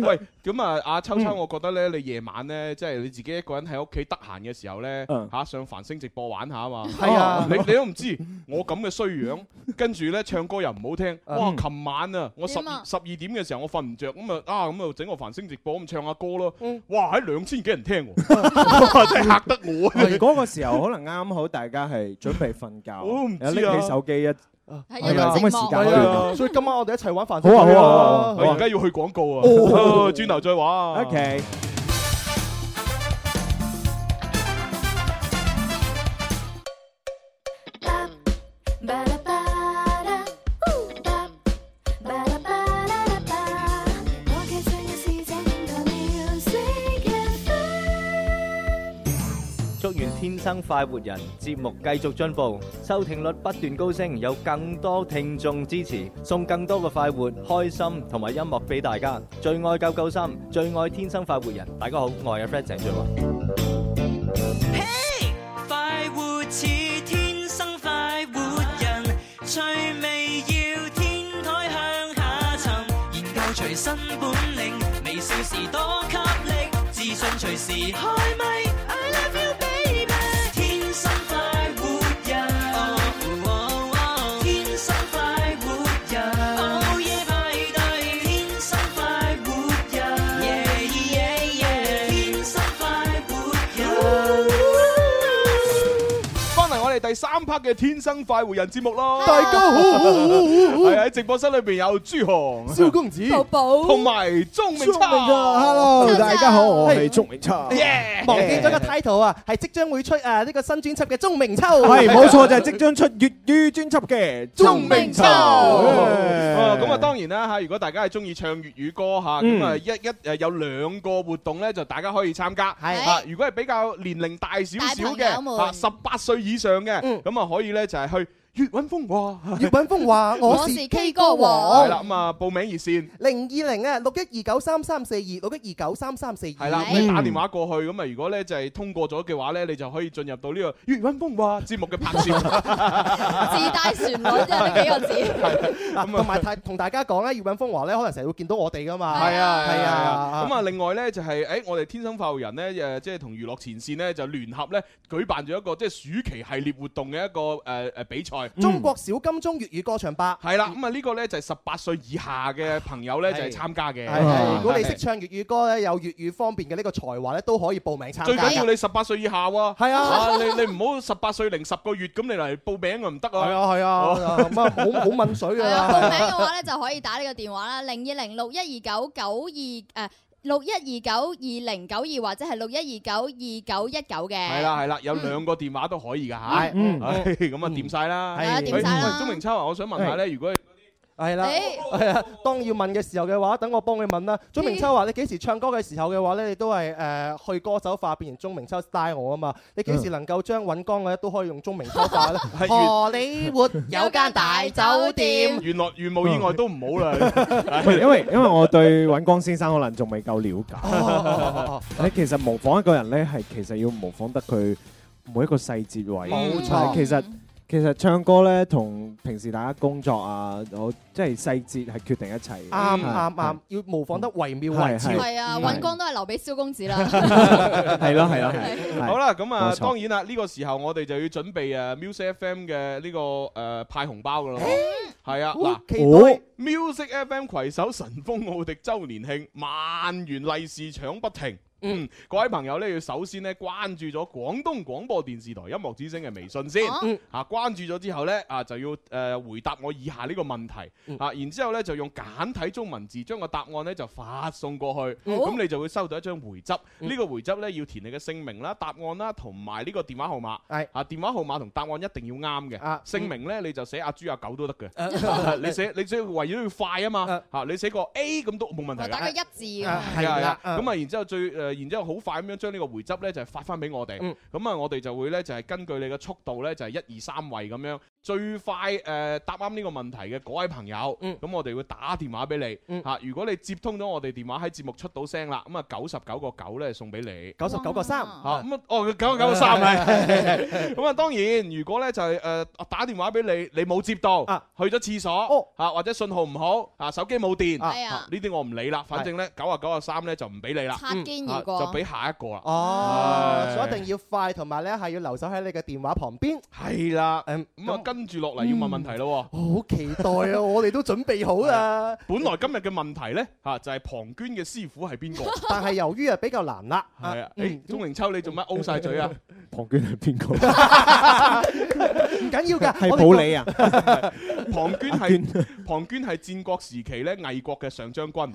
C: 喂，咁啊，阿秋秋，我覺得咧，你夜晚咧，即係你自己一個人喺屋企得閒嘅時候咧
M: 嗯，
C: 嚇上繁星直播玩下啊嘛。
D: 係啊
C: 你你都唔知我咁嘅衰樣，跟住咧唱歌又唔好聽。哇！
M: 嗯
C: 琴晚啊，我十
E: 點啊
C: 十二點嘅時候我瞓唔着，咁啊啊咁啊整個繁星直播咁唱下歌咯
D: 嗯。
C: 哇！喺兩千幾人聽喎， [laughs] 哇真係嚇得我。
F: 哎
M: 嗰個時候可能啱好大家係準備瞓覺，
C: 我都唔知啊
M: 拎起手機一
D: 哦啊
E: 係
M: 係
E: 一
M: 咪
E: 個
M: 咁嘅
E: 寂
M: 時
E: 寞。
M: 間
D: 係
M: 段
D: 啊，所以今晚我哋一齊玩飯，
M: 好啊好啊好
C: 我
M: 啊
C: 而家要去廣告啊，
D: 哦
C: [laughs] 轉頭再玩。
M: ，OK。
B: 祝願天生
O: 生快活人》節目繼續進步，收聽率不斷高升，有更多聽眾支持，送更多嘅快活、開心同埋音樂俾大家。最愛九九三，最愛天生快活人。大家好，我係 Fred 鄭俊華。
P: 快活似天生快活人，趣味要天台向下沉，研究隨身本領，微笑時多給力，自信隨時開咪。I love you baby，天生快活人，哦哦天生快活人，午夜派對，天生快活人，yeah yeah yeah，天生快活人。
C: 翻嚟我哋第三 part 嘅天生快活人節目咯。
D: 大家好好好好好
C: 係喺直播室裏邊有朱紅、
D: 蕭公子
C: 寶
D: 寶
C: 同埋鐘明秋。
M: Hello，大家好，我係鐘明秋。
D: 忘記咗個 title 啊，係即將會出誒呢個新專輯嘅鐘明秋。
M: 係冇錯，就係即將出粵語專輯嘅鐘明秋。
C: 哦咁啊，當然啦嚇，如果大家係中意唱粵語歌嚇，咁啊
M: 嗯
C: 一一誒有兩個活動咧，就大家可以參加。
D: 係
C: 啊，如果係比較年齡大少少
D: 大朋友
C: 嘅，
D: 們
C: 嚇十八歲以上嘅，咁啊可以咧就係去粵韻風華。
D: 葉韻風話：我是 K 歌王。
C: 係啦，咁啊報名熱線。
D: 零二零啊，六一二九三三四二，六一二九三三四二。
C: 係啦，咁你打電話過去，咁啊如果咧就係通過咗嘅話咧，你就可以進入到呢個粵韻風華節目嘅拍攝。
E: 自帶旋律啫，呢幾個字。
D: 嗱，啊
C: 啊
D: 同埋太同大家講啊咧，葉韻風華咧，可能成日會見到我哋噶嘛。
C: 係啊，
D: 係
C: 係
D: 啊
C: 啊。。咁啊，另外咧就係，誒，我哋天生快活人咧，誒，即係同娛樂前線咧就聯合咧舉辦咗一個即係暑期系列活動嘅一個誒誒比賽。
D: 中國小金鐘粵語歌唱吧。
C: 係啦，咁啊呢個咧就係十八歲以下嘅朋友咧就係參加嘅。
D: 嗯係係，如果你識唱粵語歌咧，有粵語方面嘅呢個才華咧，都可以報名參加㗎。
C: 最
D: 啊
C: 緊要你十八歲以下喎。
D: 係啊
C: 你你唔好十八歲零十個月咁你嚟報名啊唔得啊。
D: 係啊係啊，
C: 哦
D: 咁啊好好問水㗎
E: 係啊，報名嘅
D: 啦。
E: 話咧就可以打呢個電話啦，零二零六一二九九二誒六一二九二零九二或者係六一二九二九一九嘅。
C: 係啦係啦，有兩個電話都可以㗎嚇。
D: 係嗯
C: 唉咁啊掂晒啦。
D: 係啊掂晒啦
C: 喂喂鐘明秋啊，我想問下咧，如果
D: 係啦，
E: 誒
D: 係啊。當要問嘅時候嘅話，等我幫佢問啦。鐘明秋話：你幾時唱歌嘅時候嘅話咧，你都係呃誒去歌手化，變成鐘明秋 style 我啊嘛。你幾時
C: 嗯
D: 能夠將尹光嘅咧都可以用鐘明秋化咧？
C: 係
D: 荷里活有間大酒店。
C: 原來原無意
D: 嗯
C: 外都唔好啦。
M: 唔係因為因為我對尹光先生可能仲未夠了
D: 哦
M: 解。你其實模仿一個人咧，係其實要模仿得佢每一個細節位。
D: 冇錯
M: 但係其實其實唱歌咧，同平時大家工作啊，我即係細節係決定一切嘅。
D: 啱
M: 係
D: 啱啱，要模仿得惟妙惟
M: 係
D: 肖。
M: 係
E: 係啊，
M: 係
E: 尹光都係留俾蕭公子啦。
M: 係咯係咯係。
C: 好啦，咁啊
M: 冇，錯
C: 當然啦，呢個時候我哋就要準備誒 Music FM 嘅呢個誒派紅包噶啦喎，係啊，嗱，
D: 期待
C: Music FM 攜手神風奧迪周年慶，萬元利是搶不停。嗯，各位朋友咧要首先咧關注咗廣東廣播電視台音樂之聲嘅微信先，
D: 嗯
C: 啊關注咗之後咧啊就要誒、呃回答我以下呢個問題，啊然之後咧就用簡體中文字將個答案咧就發送過去，
D: 嗯
C: 咁、你就會收到一張回執，呢、個回執咧要填你嘅姓名啦、答案啦同埋呢個電話號碼，
D: 係
C: 啊電話號碼同答案一定要啱嘅，姓名咧你就寫阿豬阿狗都得
D: 啊
C: 嘅， [laughs] 你寫你寫為咗要快啊嘛，嚇你寫個 A 咁都冇問題
E: 我
C: 㗎。
E: 打個一字咁
C: 啊
E: 樣。
C: 係啊係啊，
D: 啊
C: 咁啊，然之後最誒，然之後好快咁樣將呢個回執咧就係發翻俾我哋，咁啊，我哋就會咧就係根據你嘅速度咧就係一二三位咁樣，最快誒答啱呢個問題嘅嗰位朋友，咁我哋會打電話俾你嚇。如果你接通咗我哋電話喺節目出到聲啦，咁啊九十九個九咧送俾你。
D: 九十九個三。
C: 嚇
D: [laughs]
C: 咁啊，哦九九三係，咁啊當然，如果咧就係誒打電話俾你，你冇接到，去咗廁所，嚇或者信號唔好，啊手機冇電，
D: 係
E: 啊
C: 啊呢啲我唔理啦，反正咧九啊九啊三咧就唔俾你啦，
E: 擦肩而過
C: 啊就俾下一個啦。
D: 哦，
C: 係
D: 所以一定要快，同埋咧係要留守喺你嘅電話旁邊。
C: 係啦，咁啊跟住落嚟要問問題咯喎。
D: 好期待啊！我哋都準備好啦，
C: 本來今日嘅問題咧嚇就係龐娟嘅師傅係
D: [laughs]
C: 邊個？
D: 但係由於啊比較難啦。
C: 係啊，誒鐘明秋你做乜 O 晒
D: [laughs]
C: 嘴啊？
M: 龐娟係邊個？
D: 唔緊要㗎，
M: 係
D: 我哋
M: 保你啊！
C: 龐涓係龐涓係戰國時期咧魏國嘅上將軍。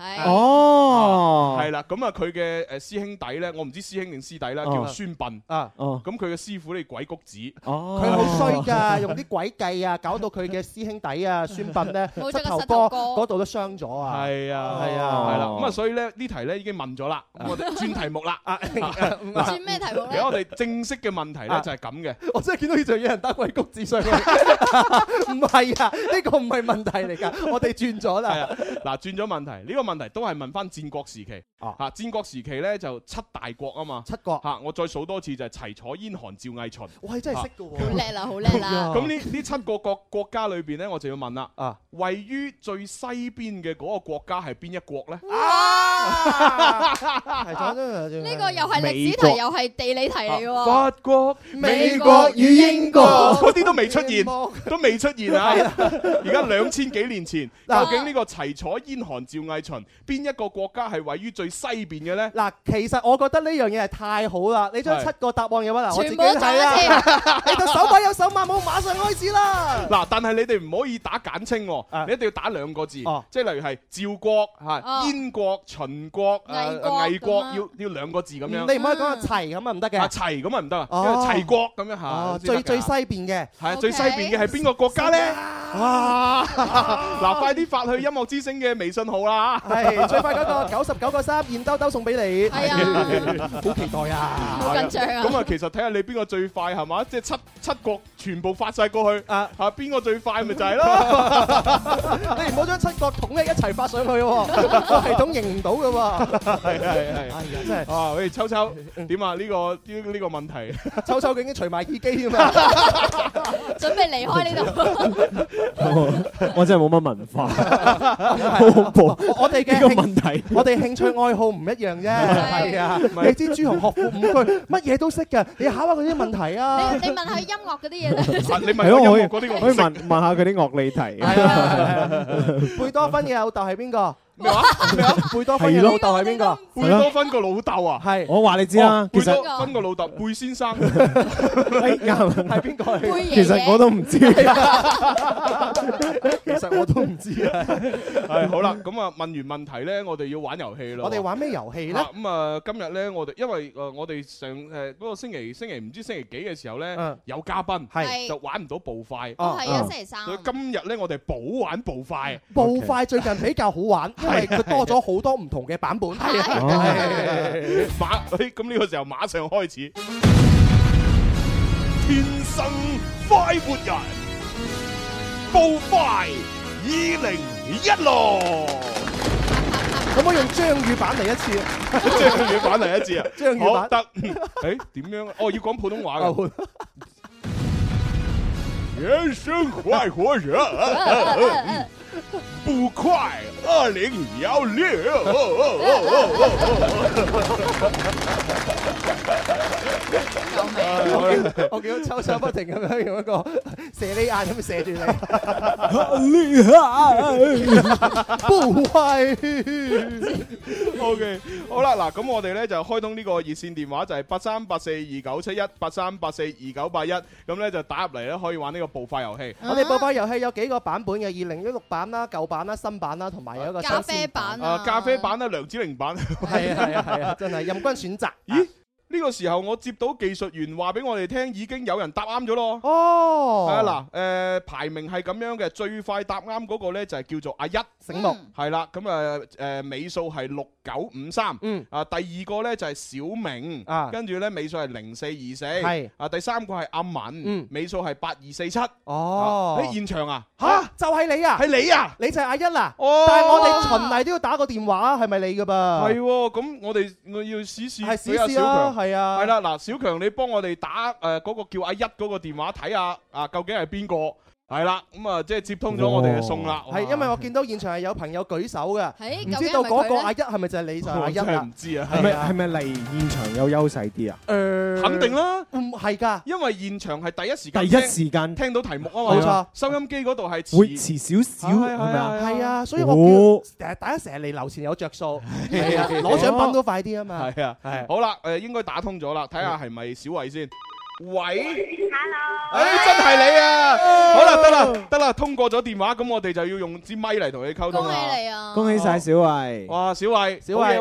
M: 哦
C: 係啦，咁啊佢嘅誒師兄弟咧，我唔知師兄定師弟啦，
M: 哦
C: 叫孫臏
D: 啊，
M: 咁
C: 佢嘅師傅咧鬼谷子，
M: 哦
D: 佢好衰㗎，用啲鬼計啊，搞到佢嘅師兄弟啊，孫臏咧
C: 冇咗個
D: 膝頭
C: 膝
D: 哥
C: 頭哥
D: 嗰度都傷咗啊！
C: 係啊，
D: 係啊，
C: 係啦，咁啊，所以咧呢題咧已經問咗啦，咁我哋轉題目啦。
D: 轉
C: 轉
E: 咩題目呢
C: 而家我哋正式嘅問題咧
D: 啊
C: 就係咁嘅。
D: [laughs] 我真係見到現場有人打鬼谷子
C: [laughs]
D: 上去，唔係啊，呢個唔係問題嚟㗎，我哋轉咗
C: 係
D: 啦
C: 啊。，嗱轉咗問題，呢個問題都係問翻戰國時期。嚇，戰國時期咧就七大國啊嘛。
D: 七國
C: 嚇，我再數多次就係齊楚燕韓趙魏秦。
D: 喂，真係識
C: 嚇
D: 㗎喎。
E: 好叻啦，好叻啦！
C: 咁呢呢七個國國家裏邊咧，我就要問啦。啊，位於最西邊嘅嗰個國家係邊一國咧？啊
D: 係咗啦
E: 呢個又係歷史題，又係地理題嚟嘅喎。
C: 國、
E: 美國與英國
C: 嗰啲都未出
D: [laughs]
C: 現，都未出現啊！而家兩千幾年前，
D: 嗱
C: 究竟呢個齊楚燕韓趙魏秦，邊一個國家係位於最西邊嘅呢？
D: 嗱，其實我覺得呢樣嘢係太好啦！你將
C: 係
D: 七個答案嘅話，嗱，我自
E: 全
D: 己
E: 部都
D: 睇
E: 做一
D: 啦。你對手把有手馬冇，馬上開始啦！
C: 嗱，但係你哋唔可以打簡稱喎，你一定要打兩個字，即係例如係趙國、
D: 啊哦
C: 嚇燕國、秦國、
D: 魏國
C: 誒魏國
D: 咁啊，
C: 要要兩個字咁
D: 嗯
C: 樣。
D: 你唔可以講係齊咁啊，唔得
C: 啊
D: 嘅。
C: 齊咁啊唔得啊，
D: 哦
C: 因為齊國咁樣嚇
D: 哦，
C: 先得
D: 最
C: 㗎
D: 最西
C: [laughs]
D: 邊嘅
C: 係啊最西邊嘅係邊個國家呢？哇！ [laughs] 嗱，快啲發去音樂之星嘅微信號啦！
D: 係啊最快嗰個九十九個三，現兜兜送俾你。 [laughs] 係好期待啊！
C: 係咁啊，其實睇下你邊個最快係嘛？即係七七國全部發晒過去啊！嚇邊個最快咪就係
D: [laughs]
C: 咯！
D: 你唔好將七國統一一齊發上去 [laughs] 喎，個系統認唔到嘅喎。
C: 係係係，
D: 呀真係
C: 啊！喂，秋秋點啊？呢個呢呢個
D: [laughs]
C: 問題，
D: 秋秋已經除埋耳機啊 [laughs] 嘛，
E: 準備離開
D: [laughs]
E: 呢度。
M: 我我真係冇乜文化，好恐怖。
D: 我哋嘅
M: 呢個
D: 興
M: 問題，
D: 我哋興趣愛好唔一樣啫。係啊，你知朱紅學富五車，乜嘢都識嘅，你考下佢啲問 [laughs] 題啊。
E: 你你問佢音樂嗰啲嘢
D: [laughs]
E: 咧？
C: 啊你
M: 係咯，我可以
C: 嗰啲
M: 可以問問下佢啲樂理題。
D: 貝多芬嘅老豆係 [laughs] 邊個？
C: 咩話？
M: [laughs]
C: 咩話？
D: 貝多芬嘅老豆係邊個？
C: 貝多芬個老豆啊！
D: 係
M: 我話你知啦
C: 哦，
M: 其
C: 貝
M: 實
C: 多芬個老豆貝
M: [laughs]
C: 先生，
M: 係
D: [laughs] 邊個
C: 嚟
M: 其實我都唔知。
D: 其實我都唔知啊。
C: 係好啦，咁啊問完問題咧，我哋要玩遊戲咯。
D: 我哋玩咩遊戲咧
C: 啊？咁啊，今日咧，我哋因為誒我哋上誒嗰個星期星期唔知星期幾嘅時候咧
D: 嗯，
C: 有嘉賓，
D: 係
C: 就玩唔到步快。
D: 哦係啊
C: 嗯
D: 星期三
C: 所以今日咧，我哋補玩步快。
D: 步快最近比較好玩，因為佢多咗好多唔同嘅版本。 [laughs] 係
C: 係馬誒咁呢個時候馬上開始。天生快活人，步快二零一六。
D: 可唔可以用張語版嚟一 [laughs] 次？
C: 張宇版嚟一次啊！
D: 張宇版
C: 好得，嗯誒點樣啊？哦，要講普通話嘅。人生快活人，不快二零幺 [laughs] 六。
D: 我見我見到秋秋不停咁樣用一 [laughs] 個射你眼咁射 [laughs] 住你，不係
C: O K，好啦，嗱，咁我哋咧就開通呢個熱線電話，就係八三八四二九七一八三八四二九八一，咁咧就打入嚟咧可以玩呢個步快遊戲。
D: 我哋播放遊戲有幾個版本嘅，二零一六版啦、舊版啦、新版啦，同埋有一個新鮮
E: 版
C: 啊，咖啡版啊，梁子玲版，
D: 係啊係啊係啊，真係任君選擇。
C: 咦？呢個時候我接到技術員話俾我哋聽，已經有人答啱咗咯。
D: 哦
C: 啊嗱，誒、排名係咁樣嘅，最快答啱嗰個咧就係叫做阿一，
D: 醒目
C: 係啦，咁啊誒尾數係六九五三，
D: 嗯，
C: 啊第二個咧就係小明，
D: 啊哎
C: 跟住咧尾數係零四二四，
D: 係
C: 啊第三個係阿敏，
D: 嗯
C: 尾數係八二四七，
D: 哦
C: 啊喺現場啊，
D: 吓，就係你啊，
C: 係你啊
D: 你就係阿一啦。
C: 哦
D: 但係我哋循例都要打個電話，係咪你噶噃？
C: 係喎，咁我哋我要試試
D: 係
C: 俾阿
D: 試試
C: 小
D: 啦
C: 強，
D: 係啊
C: 係啦，嗱，小強你幫我哋打誒嗰個叫阿一嗰個電話睇下啊，究竟係邊個？係啦，咁啊即係接通咗我哋就送啦，哇
D: 係因為我見到現場係有朋友舉手嘅，
E: 係
D: 唔
E: 究
D: 知
E: 竟
D: 道
E: 係咪佢
D: 嗰個
E: 咧
D: 阿一係咪就係你就係阿
M: 我
D: 一
M: 真係
D: 啦？
M: 唔
C: 知啊
M: 係咪
D: 係啊
M: 係咪嚟現場有優勢啲啊？
D: 誒
C: 肯定啦，
D: 呃唔係啊㗎，
C: 因為現場係第一時間
M: 第
C: 聽
M: 一時間
C: 聽到題目啊嘛，
M: 冇錯，
C: 收音機嗰度係
M: 會遲少少係咪啊？
D: 係啊，所以
M: 哦
D: 我叫誒大家成日嚟樓前有着數，係啊攞獎品都快啲啊嘛。
C: 係啊，係好啦，誒應該打通咗啦，睇下係咪小慧先。喂，
J: Hello，
C: 诶，真係你啊！好啦，得啦，得啦，通過咗電話，咁我哋就要用支咪嚟同你溝通啦。
I: 你啊！
M: 恭喜晒小慧！
C: 哇，小慧，
M: 小慧
C: 好嘢
I: 係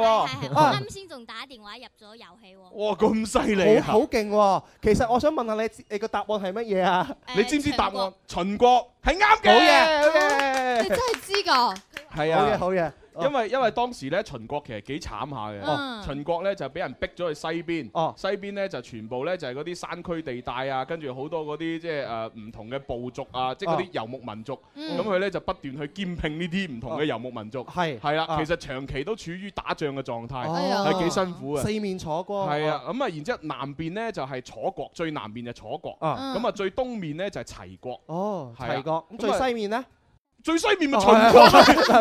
C: 喎
I: 我啱先仲打電話入咗遊戲喎。
C: 哇，咁犀利啊！
D: 好好勁喎！其實我想問下你，你個答案係乜嘢啊？
C: 你知唔知答案？秦國係啱嘅。
D: 好嘢
C: 好嘢
E: 你真係知㗎，
C: 係
D: 好嘢
C: 啊，
D: 好哦嘢。
C: 因為因為當時咧，秦國其實幾慘下
E: 哦
D: 嗯
C: 嘅。秦國咧就俾人逼咗去西邊，
D: 哦
C: 西邊咧就全部咧就係嗰啲山區地帶啊，跟住好多嗰啲即係誒唔同嘅部族啊，即係嗰啲
D: 哦
C: 遊牧民族。
D: 嗯
C: 咁佢咧就不斷去兼併呢啲唔同嘅遊牧民族。係係啦，
D: 啊
C: 其實長期都處於打仗嘅狀態，
D: 哎呀
C: 係幾辛苦嘅。啊
D: 四面楚歌。
C: 係啊，咁啊，然之後南邊咧就係楚國，最南邊就楚國，
D: 啊
C: 咁啊最東面咧就係齊國，
D: 哦，
C: 係啊
D: 齊國。咁
C: 咁啊
D: 最西面咧？
C: 最西面咪秦 [laughs]
D: 哦係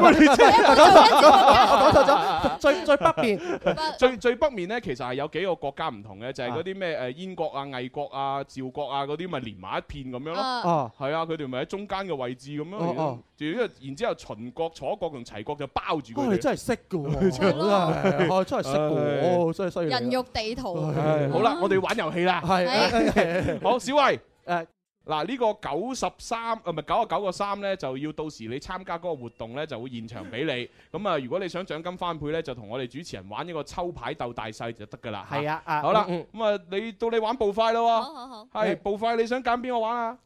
C: 國。喂你真係
D: [laughs] 我講錯咗，最最北邊。 [laughs]
C: 最最北面咧，其實係有幾個國家唔同嘅，就係嗰啲咩誒燕國啊、魏國啊、趙國啊嗰啲，咪連埋一片咁樣咯。
D: 啊哦
C: 係啊，佢哋咪喺中間嘅位置咁樣
D: 哦哦。
C: 然之後然之後，秦國、楚國同齊國就包住
D: 哇！
C: 佢哋。
D: 你真係識 [laughs] 㗎喎，真係，我真係識㗎
C: 唉
D: 喎，真係犀利啊。
E: 人肉地圖。
C: 唉好啦，我哋玩遊戲啦。
D: 係
C: 好，小慧。
D: [laughs]
C: 誒。嗱呢個九十三啊，唔係九啊九個三咧，就要到時你參加嗰個活動咧，就會現場俾你。咁啊，如果你想獎金翻倍咧，就同我哋主持人玩一個抽牌鬥大細就得㗎啦。
D: 係啊啊
C: 好啦，
D: 嗯
C: 咁啊，你到你玩步快啦喎。
I: 好好
C: 係步快，你想揀邊個玩啊？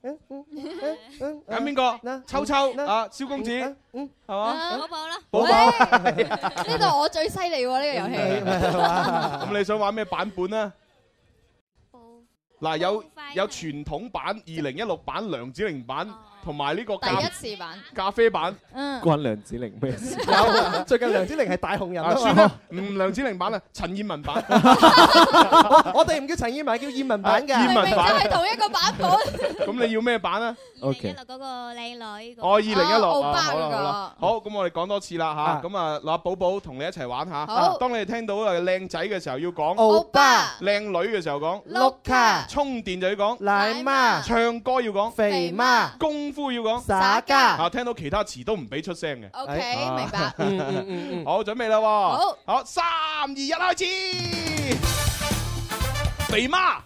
C: 揀邊個？秋秋啊，蕭公子，係嘛？
E: 寶寶啦，
C: 寶寶
E: 喂呢度我最犀利喎呢個遊戲。
C: 咁你想玩咩版本啊？嗱，有有傳統版、二零一六版、梁子玲版，同埋呢個咖
E: 第一次版，
C: 咖啡版。
E: 嗯，
M: 關梁子玲咩事？
D: 有 [laughs] 最近梁子玲係大紅人
C: 啊，
D: 啊
C: 算
D: 嘛
C: 啦，，唔梁子玲版啦，陳燕文版。
D: [laughs] 我哋唔叫陳燕文，叫燕文版嘅。
C: 啊燕文版
E: 係同一個版本。
C: 咁你要咩版啊
M: ？O K。
I: 嗰個靚女嗰個。
C: 哦，二零一六
I: 哦
C: 啊，好啦
I: 嗰個
C: 好啦，好，咁我哋講多次啦吓，咁啊，嗱，寶寶同你一齊玩下。
I: 好
C: 當你哋聽到啊靚仔嘅時候要講
D: [laughs] 歐
C: 巴，靚女嘅時候講
D: 碌卡
C: 充電就要講
D: 奶媽
C: 唱歌要講
D: 肥媽
C: 功夫要講
D: 耍家
C: 啊，聽到其他詞都唔俾出聲嘅。
D: OK，
C: 啊
D: [laughs] 明白嗯嗯嗯嗯
C: 好，準備啦喎，好
D: 好，
C: 好，三二一，開始。肥 [laughs] 媽，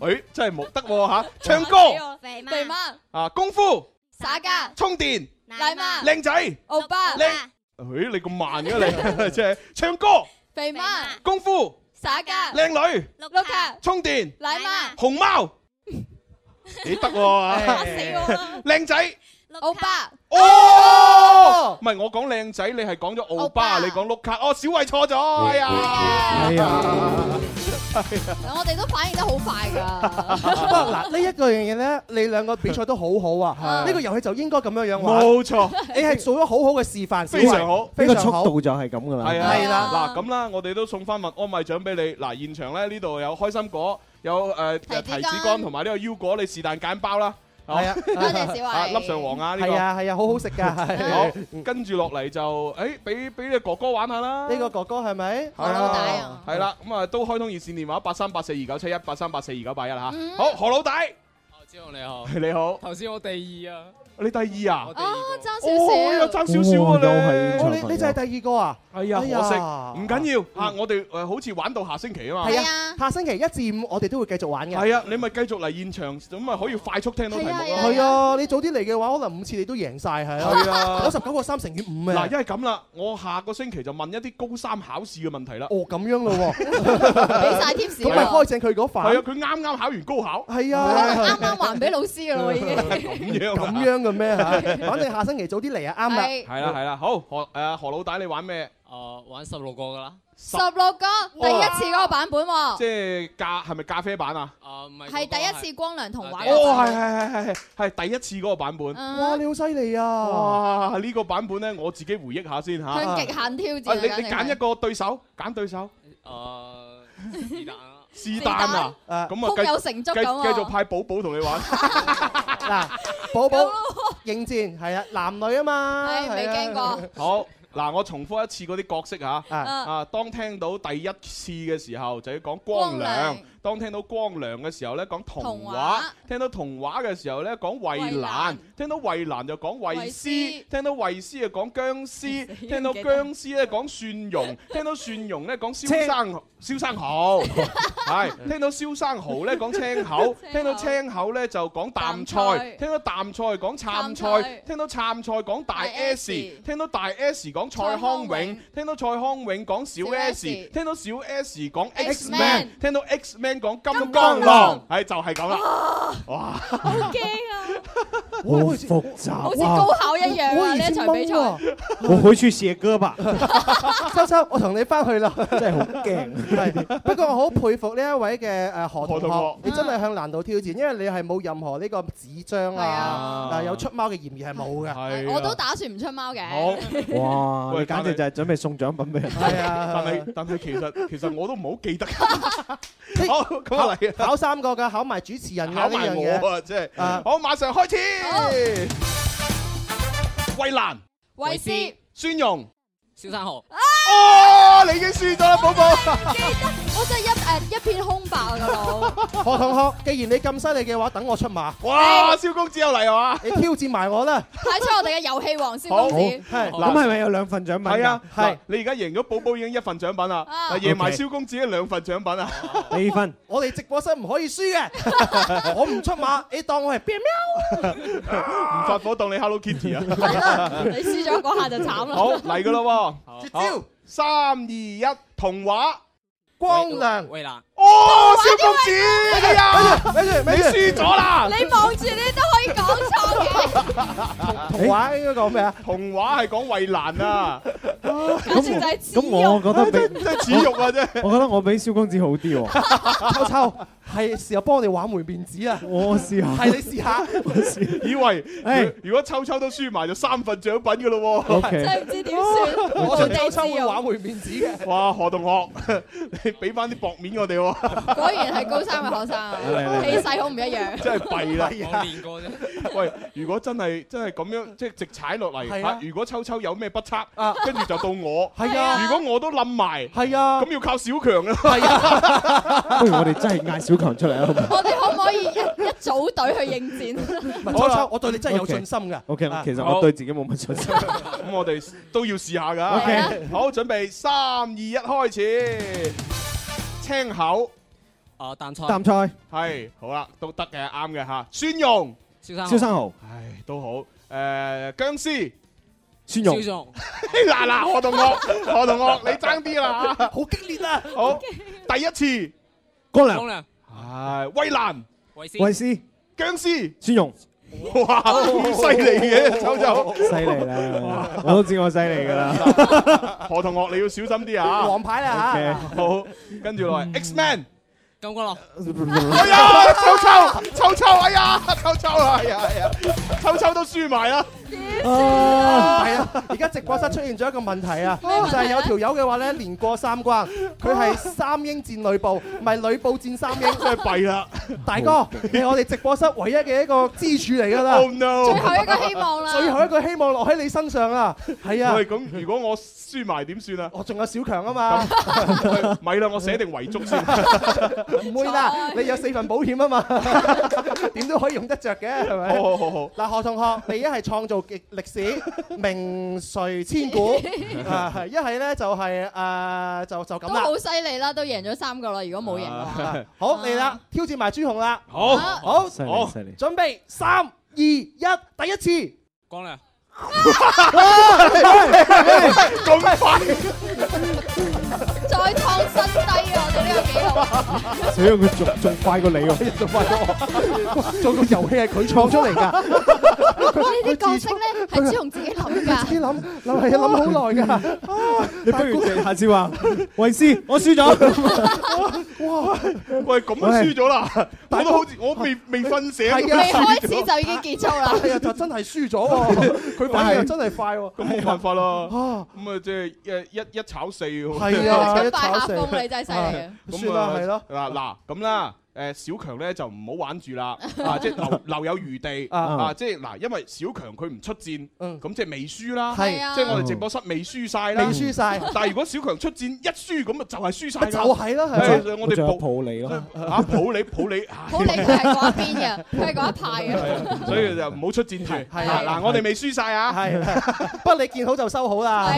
C: 誒，真係冇得 [laughs] 喎吓，唱歌
I: 肥媽，
E: 肥媽，
C: 啊，功夫。
E: 耍家，
C: 充電，
E: 奶媽，
C: 靚仔，
E: 歐巴，
C: 靚，誒你咁慢 [laughs] 嘅你，即係唱歌、
E: 肥媽，
C: 功夫、
E: 耍家，
C: 靚女、 [laughs]
E: 碌卡，
C: 充電、
E: 奶媽，
C: 熊貓，你得喎， [laughs]
E: 嚇死我啦
C: 靚仔，
E: 歐巴，
C: 哦，唔係我講靚仔，你係講咗奧巴，你講碌卡，哦，小慧錯咗，哎呀，哎呀，
E: 我哋都反應得好快㗎。
D: 嗱，呢一個樣嘢咧，你兩個比賽都好好啊！呢個遊戲就應該咁樣樣玩。
C: 冇錯，
D: [laughs] 你係做咗好好嘅示範，
C: 非常好
D: 非
M: 呢個速
D: 常好。
M: 度就係咁噶啦。
C: 係啊，
D: 係啦
C: 嗱咁啦，我哋都送翻份安慰獎俾你，嗱現場咧呢度有開心果，有誒提
D: 提子乾
C: 子乾同埋呢個腰果，你是但揀包啦。
D: 係啊
C: 好
D: 多謝小慧
C: 啊粒上皇啊呢個
D: 係啊係啊，好好食
M: [laughs]
D: 㗎。係
C: 好，跟住落嚟就，誒，俾俾你哥哥玩下啦。
D: 呢個哥哥係咪？
C: 係啊，係啦，咁啊都開通熱線電話八三八四二九七一八三八四二九八一嚇。好，何老大，
Q: 子哦豪你好，
C: [laughs] 你好，
Q: 頭先我第二啊，
C: 你第二啊？
Q: 啊
E: 爭
C: 哦，又
E: 少少，
C: 爭少少啊
M: 哦又係
C: 你。
M: 長朋友
D: 你就係第二個啊？
C: 哎呀，可
D: 哎
C: 惜，
D: 呀
C: 唔緊要嚇，啊我哋誒好似玩到下星期啊嘛。
D: 係啊，下星期一至五我哋都會繼續玩嘅。
C: 係啊，你咪繼續嚟現場，咁咪可以快速聽到題目咯。
D: 係啊，你早啲嚟嘅話，可能五次你都贏晒係
C: 係啊
D: [laughs] 九十九個三乘以五啊
C: 嗱，。因為咁啦，我下個星期就問一啲高三考試嘅問題啦。
D: 哦，咁樣咯
C: [laughs]
D: 喎，
E: 俾晒 tips
D: 咁咪開正佢嗰份。
C: 係啊，佢啱啱考完高考。
D: 係
E: 可能
D: 啊
E: 啱。啱還俾老師㗎咯，已經。
C: 咁樣啊
D: 咁樣嘅咩嚇？反正下星期早啲嚟啊，啱啦。
E: 係
C: 係啦係啦，好何誒何老大你玩咩？
Q: 誒哦玩十六個噶
E: [laughs]
Q: 啦，
E: 十六個第一次嗰個版本
C: 即
E: 喎，
C: 係咖係咪咖啡版啊？
Q: 誒唔係
E: 係第一次光良童
C: 哦，
E: 話嗰個版本。
C: 係係係係係第一次嗰個版本。
E: 嗯
D: 哇！你好犀利啊！
C: 哇！呢個版本咧，我自己回憶下先嚇。
E: 向極限挑戰啊
C: 啊你你
E: 簡直
C: 揀
E: 係
C: 一個對手，揀對手。
Q: 哦誒是但啦，
C: 是但啊，
D: 啊
C: 咁啊，
D: 胸有成竹咁啊
C: 繼
E: à.
C: 繼續派寶寶同你玩。
D: 嗱，寶寶應戰係啊，男女啊嘛，
E: 係未
D: 係啊
E: 驚過。
C: 好，嗱，我重複一次嗰啲角色嚇。
D: 啊
C: 啊，當聽到第一次嘅時候，就要講光
E: 光
C: 良
E: 良；
C: 當聽到光良嘅時候咧，講童
B: 童
C: 話
B: 話；
C: 聽到童話嘅時候咧，講
B: 衛
C: 衛蘭
B: 蘭；
C: 聽到衛蘭就講衛
B: 衛
C: 斯
B: 斯；
C: 聽到衛斯就講 [laughs] 僵屍；聽到僵屍咧講蒜 [laughs] 蓉；聽到蒜蓉咧講燒生燒生 [laughs] 蠔，係聽到燒生蠔咧講青口；聽到青口咧就講淡菜；聽到淡菜講杉菜；聽到杉菜講大 S；聽到大 S 講蔡康永；聽到蔡康永講小 S；聽到小 S 講 X Man；聽到 X Man 講金剛狼，啊係就係咁啦，哇！
E: 好驚啊！
M: 好複雜
E: 好似
M: 啊
E: 高！考一樣啊！
D: 我
E: 呢
D: 已
E: 一
D: 經
E: 場比賽
D: 懵
M: 我回去寫歌吧。
D: 秋秋，我同你翻去啦，
F: [laughs]
D: 真
M: 係好驚。
D: 係，不過我好佩服呢一位嘅誒何
M: 何
D: 同
M: 同學
D: 學，你真係向難度挑戰，因為你係冇任何呢個紙張啊，啊有出貓嘅嫌疑係冇
C: 啊
D: 嘅。
E: 我都打算唔出貓嘅。
M: 哇！
C: 喂
M: 你簡直就係準備送獎品俾人。係
D: 啊
C: 但係但係其實其實我都唔好記得，啊
D: 好，咁嚟考三個㗎，考埋主持人
C: 考
D: 㗎呢
C: 埋
D: 樣
C: 我啊，
D: 嘢。
C: 真係
D: 啊。
C: 好，馬上開始。衛蘭、
E: 衛斯、
C: 孫蓉、
Q: 小生豪，
C: 哦，你已經輸咗啦，寶寶。
E: 我真係一誒一片空白啊個腦。
D: 何同學，既然你咁犀利嘅話，等我出馬。
C: 哇！蕭公子又嚟啊係嘛？
D: 你挑戰埋我啦。
E: 睇出我哋嘅遊戲王先
C: 好
E: 公子。
D: 係
F: 哦
M: 咁係咪有兩份獎品㗎？
C: 係啊，係你而家贏咗寶寶已經一份獎品啦，
D: 啊
C: 嗱贏埋
M: OK
C: 蕭公子嘅兩份獎品啊！
M: 你分。
D: 我哋直播室唔可以輸嘅，我唔出馬，你當我係變
C: 唔發火當你 Hello Kitty 啊！ [laughs]
E: 你輸咗嗰下就慘啦。
C: 好嚟噶啦喎！
E: 絕
C: 招三二一，童話
D: 光亮
Q: 衛蘭，
C: 哦，蕭公子，哎呀，
D: 咪住咪
C: 你
D: 住
C: 輸咗啦！
E: 你望住你都可以講錯嘅，
C: 啊
D: 童話應該講咩啊？
C: 童話係講衛蘭 [laughs] 啊，
E: 簡直就係恥
M: 咁我覺得
C: [laughs] 真真係恥辱啊！真係。
M: 我覺得我比蕭公子好啲喎。
C: 啊
D: 秋秋，係時候幫我哋挽回面子啊！
M: 我試
C: 嗯
M: 下。
D: 係你試下，
C: 以為
M: 誒
C: 如果秋秋都輸埋就三份獎品噶咯喎
M: OK 真係
E: 唔知點算
D: 我對秋
C: 啊
D: 秋會挽回面子嘅。
C: 哇，何同學， [laughs] 你俾翻啲薄面我哋喎，
E: 果然係高三嘅學生啊，氣勢好唔一樣。
C: 真係
D: [laughs]
C: 弊啦！
Q: 我練過啫。
C: [laughs] 喂，如果真係真係咁樣，即係直踩落嚟
D: 係
C: 嚇
D: 啊
C: 如果秋秋有咩不測
D: 啊，
C: 跟住就到我。
D: 係啊
C: 如果我都冧埋，
D: 係啊
C: 咁要靠小強啦。
M: 不如我哋真係嗌小強出嚟啦好唔好。
C: [laughs]
E: 我哋可唔可以一一組隊去應
D: [laughs]
E: 戰？
D: 唔係秋秋，我對你真係有信心㗎。
M: O K，
D: 啊
M: 其實
C: 好
M: 我對自己冇乜信
C: [laughs]
M: 心。
C: 咁我哋都要試下㗎。
M: OK
C: 好，準備三二一，開始。青口 [laughs]
Q: 啊淡菜，
M: 淡菜、
C: 係好啦，都得嘅，啱嘅嚇。蒜蓉、
Q: 燒生
M: 燒生蠔、
C: 唉都好。誒，僵屍。 [laughs]
Q: 燒
M: 蒜蓉、
Q: 肉， [laughs]
C: 嗱嗱，何同學，何同學，你爭啲啦
D: [laughs]
C: 嚇
D: 好激烈啊！
C: 好，第一次，
M: 乾
Q: 光
M: 糧、
Q: 良，
C: 唉，威蘭、
Q: 衛斯，
M: 衛斯、
C: 僵屍，
M: 蒜蓉，
C: [laughs] 哇，咁犀利嘅，秋
F: 哦
C: 秋。
M: 犀利啦！我都知我犀利㗎啦。
C: 何同學，你要小心啲啊！
D: 黃牌啦嚇。
C: 好，跟住落嚟 X Man，
Q: 金光樂，
C: 哎呀，秋秋，秋秋，哎呀，秋秋啊，哎呀，哎呀，秋秋都輸埋啊啦，
D: 係啊！而家直播室出現咗一個問
C: [laughs]
D: 題啊，就係有條友嘅話咧，連過三關，佢係三英戰呂布，唔係呂布戰三
C: [laughs]
D: 英。
C: 真係弊啦
D: 大哥，你係我哋直播室唯一嘅一個支柱嚟㗎啦
C: ！Oh，no！
E: 最後一個希望啦。
D: 最後一個希望落喺你身上啦。係啊
C: 喂，，咁如果我輸埋點算啊？
D: 我仲有小強啊嘛，
C: 喂咪啦，我寫定遺囑先。
D: 唔會啦，你有四份保險啊嘛，點都可以用得着嘅，係咪？
C: 好好好好，
D: 嗱，何同學，你一係創造極歷史，名垂千古，啊，係一係咧就係誒就就咁啊
E: 都
D: 啦。
E: 好犀利啦，都贏咗三個啦。如果冇贏嘅話，
D: 好嚟啦，挑戰埋朱紅啦，
C: 好
D: 好，
M: 犀
C: 好
M: 利犀利。
D: 準備三二一，第一次。
Q: 光良，
C: 咁快，
E: 再創新低啊！我哋呢個紀錄，
M: 死啦！佢仲仲快過你
C: [laughs]
M: 喎，仲快過
D: 做個遊戲係佢創出嚟㗎， [laughs]
E: 呢啲角色咧係朱紅自己諗
D: 自
E: 㗎。
D: 己諗諗係諗好耐㗎。
M: 你不如下
C: [laughs]
M: 次話衛斯，我輸咗。
D: 哇，
C: 喂，咁都輸咗啦，我都好似我未未瞓醒咁
D: 係
E: 未
C: 樣
D: 啊
E: 開
C: 輸
E: 始
C: 咗，
E: 就已經結束啦。
D: 係啊，就真係輸咗喎，佢反應又真係快喎。
C: 咁冇辦法啦。
D: 啊，
C: 咁啊，即係一一一炒四喎。
D: 係啊，一炒四
E: 咁快下風你真係犀利啊
D: 算啦，係咯。
C: 嗱嗱咁啦，誒小強咧就唔好玩住
D: [laughs]
C: 啦，啊即係留留有餘地
D: 啊
C: 啊！即係嗱，因為小強佢唔出戰，咁即係未輸啦，
D: 嗯係啊
C: 即係我哋直播室未輸晒啦，
D: 未輸晒
C: 但係如果小強出戰一輸咁啊，就係輸晒
D: 咪
C: 㗎。
D: 就係啦
M: [laughs]
D: 係
C: 係
D: 咪
C: 所以我哋
M: 仲有
C: 抱
M: 抱你咯，
C: 啊抱你抱你，
E: 好理佢係嗰一邊
C: [laughs]
E: 嘅，佢係嗰一派
C: 係
E: 嘅。
C: 啊 [laughs] 所以就唔好出戰住。
D: 係啊
C: 嗱嗱，我哋未輸晒啊。
D: 不過你見好就收好啦，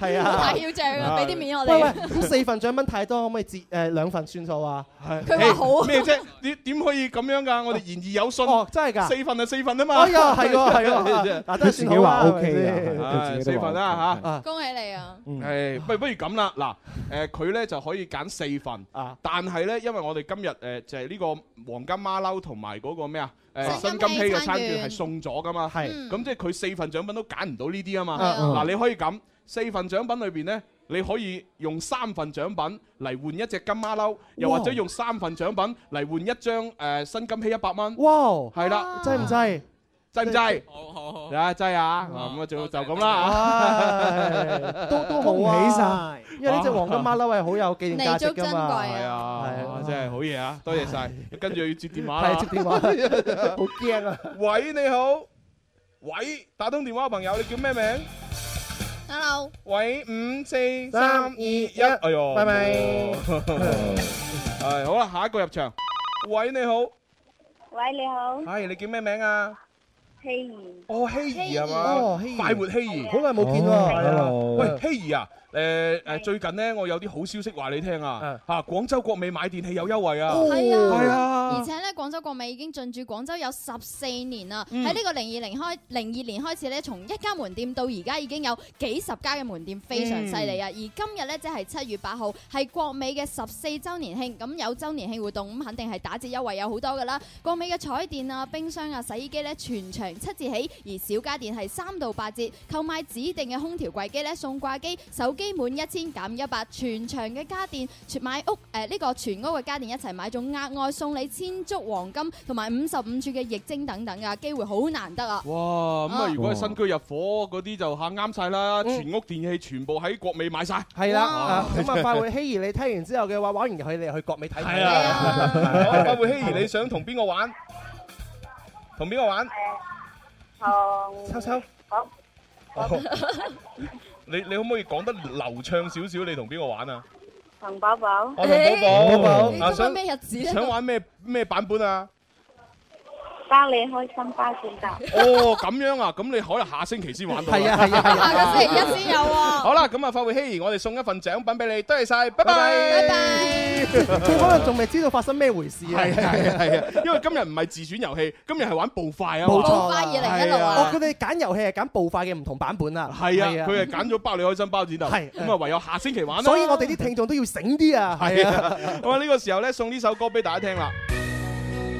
D: 係
E: [laughs]
D: 啊，
E: 太囂張啦俾啲面我哋
D: 喂喂，咁四份獎品太多，可唔可以折誒兩份算數啊？
C: 佢話好啊咩啫？點點可以咁樣㗎？我哋言而有信。
D: 哦，真係㗎，
C: 四份就四份啊嘛。
D: 哎呀，係
C: [laughs]
D: 喎係喎，啊嗱都係算好
C: 佢自己話
D: 啦係咪
C: OK
D: 先
C: 㗎唉四份啦嚇。
E: 恭喜你啊！
D: 嗯
C: 誒，不不如咁啦，嗱，誒佢咧就可以揀四份，
D: 啊
C: 但係咧，因為我哋今日誒就係呢個黃金馬騮同埋嗰個咩啊，誒
D: 新
C: 新金
D: 金禧
C: 禧嘅餐
D: 餐券
C: 券係送咗噶嘛，係，
D: 嗯
C: 咁即係佢四份獎品都揀唔到呢啲啊嘛，
D: 係啊
C: 嗱，你可以咁，四份獎品裏邊咧。你可以用三份獎品嚟換一隻金馬騮，又或者用三份獎品嚟換一張誒新金禧一百蚊。
D: 哇！
C: 係啦，
D: 制嗯唔制？
C: 制唔制？
Q: 好好好。
C: 啊，制啊！咁啊，就就咁啦
D: 唉
C: 啊，
D: 都都好啊，因為呢只黃金馬騮係好有紀念價值㗎嘛，
C: 係啊，哇真係好嘢啊！多謝晒，跟住要接電話啦，
D: 係接電話，好驚啊！
C: 喂，你好，喂，打通電話嘅朋友，你叫咩名？
E: Hello，
C: 喂，五四
D: 三
C: 三二一，哎呦，
D: 拜拜
C: 係好啦，下一個入場。喂，你好，
J: 喂，你好，
C: 係你叫咩名啊？
J: 希兒。
C: 哦，希怡係嘛？
D: 哦希怡
C: 快活希怡，
D: 好耐冇見喎哦係啊 hello
C: 喂，希怡啊，誒誒，最近呢，我有啲好消息話你聽啊，嚇廣州國美買電器有優惠啊，
E: 係啊，
C: 係啊，
E: 而且咧，廣州國美已經進駐廣州有十四年啦。
C: 嗯
E: 喺呢個零二零開零二年開始咧，從一家門店到而家已經有幾十家嘅門店，非常犀
C: 嗯
E: 利啊！而今日咧，即係七月八號，係國美嘅十四週年慶，咁有週年慶活動，咁肯定係打折優惠有好多噶啦。國美嘅彩電啊、冰箱啊、洗衣機咧，全場七折起，而小家電係三到八折。購買指定嘅空調櫃機咧，送掛機、手機滿一千減一百，全場嘅家電全買屋誒呢、個全屋嘅家電一齊買，仲額外送你千足黃金同埋五十五處嘅液晶等等噶，機會好難得啊！
C: 哇！咁
E: 啊
C: 啊，嗯如果係新居入伙嗰啲就嚇啱晒啦，全屋電器全部喺國美買晒。
D: 係啦，啊
C: 哇
D: 咁啊快活希兒，你聽完之後嘅話，玩完遊戲你又去國美睇睇
C: 係
D: 啦。
C: 啊！快活希兒，你想同邊個玩？同邊個玩？
J: 同
D: 秋秋，
J: 好，
C: 哦你你可唔可以講得流暢少少？你同邊個玩啊？
J: 同寶寶。
C: 我同寶寶。
D: 哦
J: 你
C: 啊
J: 今晚咩日子咧
C: 想玩咩咩版本啊？
J: 包你開心包選擇。
C: 哦，咁樣啊，咁你可能下星期先玩到。
D: 係啊係啊係啊
J: 下個
C: [laughs]
J: 星期一先有喎
C: 好啦，咁啊，快活希兒，我哋送一份獎品俾你，多謝晒，
D: 啊
C: 拜拜。拜拜。
D: 佢可能仲未知道發生咩回事
C: 係
D: 啊！
C: 啊係啊係
D: [laughs]
C: 啊，因為今日唔係自選遊戲，今日係玩步快啊嘛。
D: 冇錯啦，
C: 係
D: 哦，佢哋揀遊戲係揀步快嘅唔同版本啊。
C: 係啊，佢係揀咗包你開心包剪頭，
D: 係
C: 咁啊唯有下星期玩啦。
D: 所以我哋啲聽眾都要醒啲啊！
C: 係啊，咁啊呢個時候咧送呢首歌俾大家聽啦。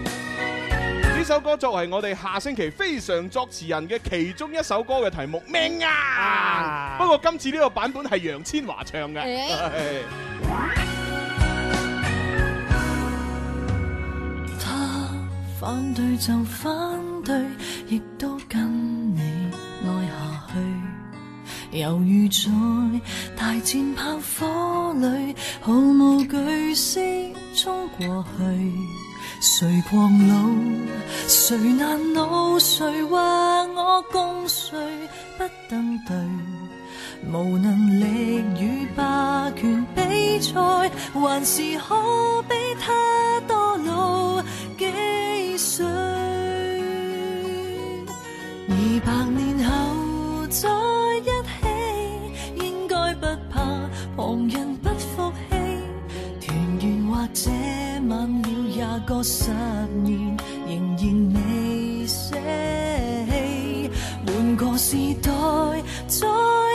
C: 呢首歌作為我哋下星期非常作詞人嘅其中一首歌嘅題目《命硬》，不過今次呢個版本係楊千嬅唱嘅。
E: 誒
C: 係
R: 他反對就反對，亦都跟你愛下去。猶如在大戰炮火裏，毫無懼色衝過去。誰狂怒，誰難怒，誰話我共誰不登對？無能力與霸權比賽，還是可比他多老幾歲？二百年後再一起，應該不怕旁人不服氣。團圓或者晚了廿個十年，仍然未死。換個時代再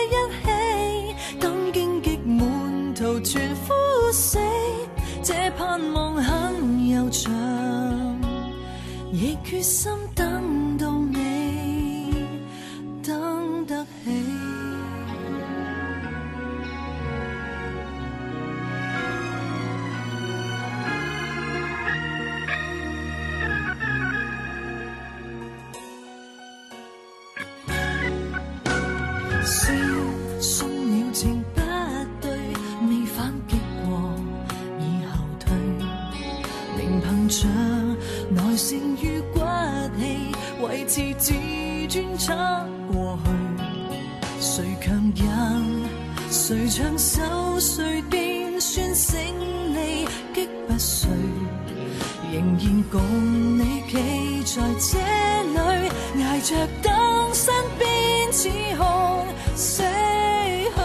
R: 一起，等荊棘滿途全枯死，這盼望很悠長，亦決心等到你等得起。笑，信了情不對，未反擊過已後退，仍憑着起，維持自尊撐過去。誰強忍，誰唱首，誰便算勝利，擊不碎。仍然共你企在這裏，捱着等身邊指控死去。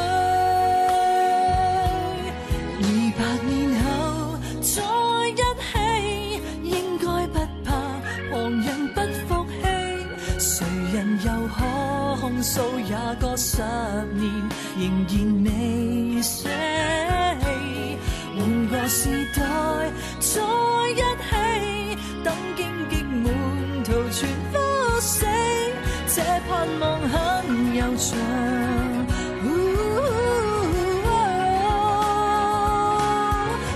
R: 二百年後再一起，應該不怕旁人不服氣，誰人又可控訴也過十年，仍然未死。換個時代再一起，等荊棘滿途全枯死，這盼望很悠長。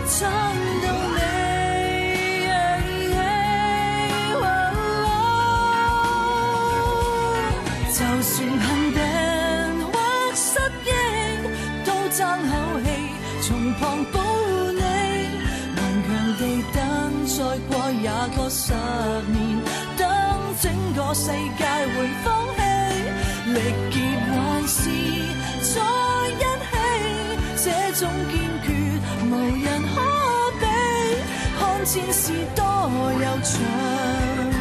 R: 撐到你。就算幸病或失憶，都爭口氣，從旁保護你，頑強地等，再過也過十年，等整個世界會放棄，力竭還是在一起，這種堅決無人可比，看戰事多悠長。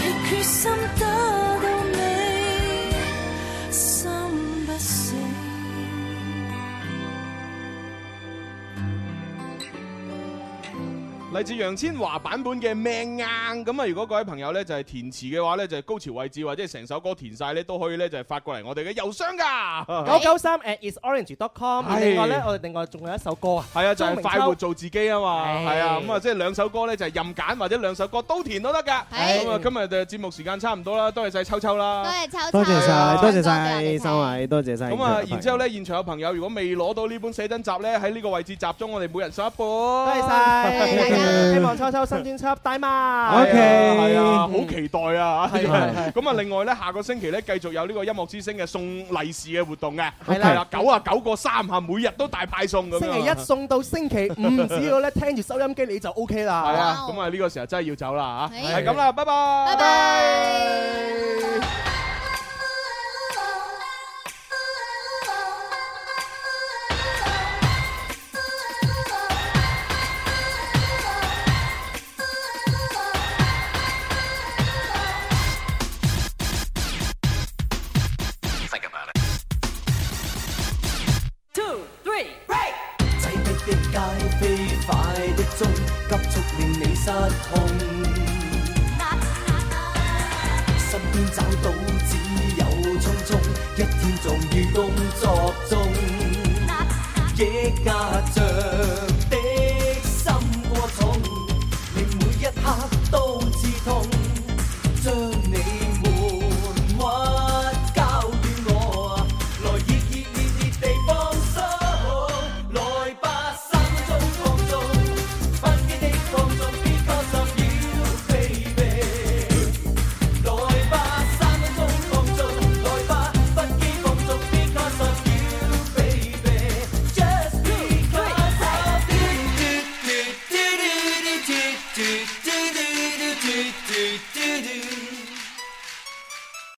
R: 亦決心打到你心不死。
C: 嚟自楊千嬅版本嘅《命硬》咁啊！如果各位朋友咧就係填詞嘅話咧，就係高潮位置或者係成首歌填晒咧，都可以咧就係發過嚟我哋嘅郵箱㗎。
D: 993 at isorange.com
C: 係。
D: 另外呢，我哋另外仲有一首歌啊，
C: 係啊，就係
D: 鍾明秋。
C: 快活做自己啊嘛，
D: 係
C: 係啊，咁啊，即係兩首歌咧就係任揀或者兩首歌都填都得㗎。
E: 係
C: 咁啊，今日嘅節目時間差唔多啦，多謝晒秋秋啦。
E: 多謝秋秋，
M: 多謝晒，多謝晒
E: 多謝
M: 三位，多謝晒。
C: 咁啊，然之後咧，現場有朋友如果未攞到呢本寫真集咧，喺呢個位置集中，我哋每人送一本。多
D: 謝
M: 謝大家
D: 希望秋秋新專輯《大媽》。
M: OK。
C: 係啊，好期待啊！
D: 係係係
C: 咁啊，另外咧，下個星期咧繼續有呢個音樂之星嘅送利是嘅活動嘅，
D: 係啦
C: 九啊九個三嚇，每日都大派送咁樣。啊
D: 星期一送到星期五，只要呢，聽住收音機你就OK啦。
C: 係啊啊，咁啊呢個時候真係要走啦嚇，
D: 係
C: 係咁啦，拜拜。拜拜。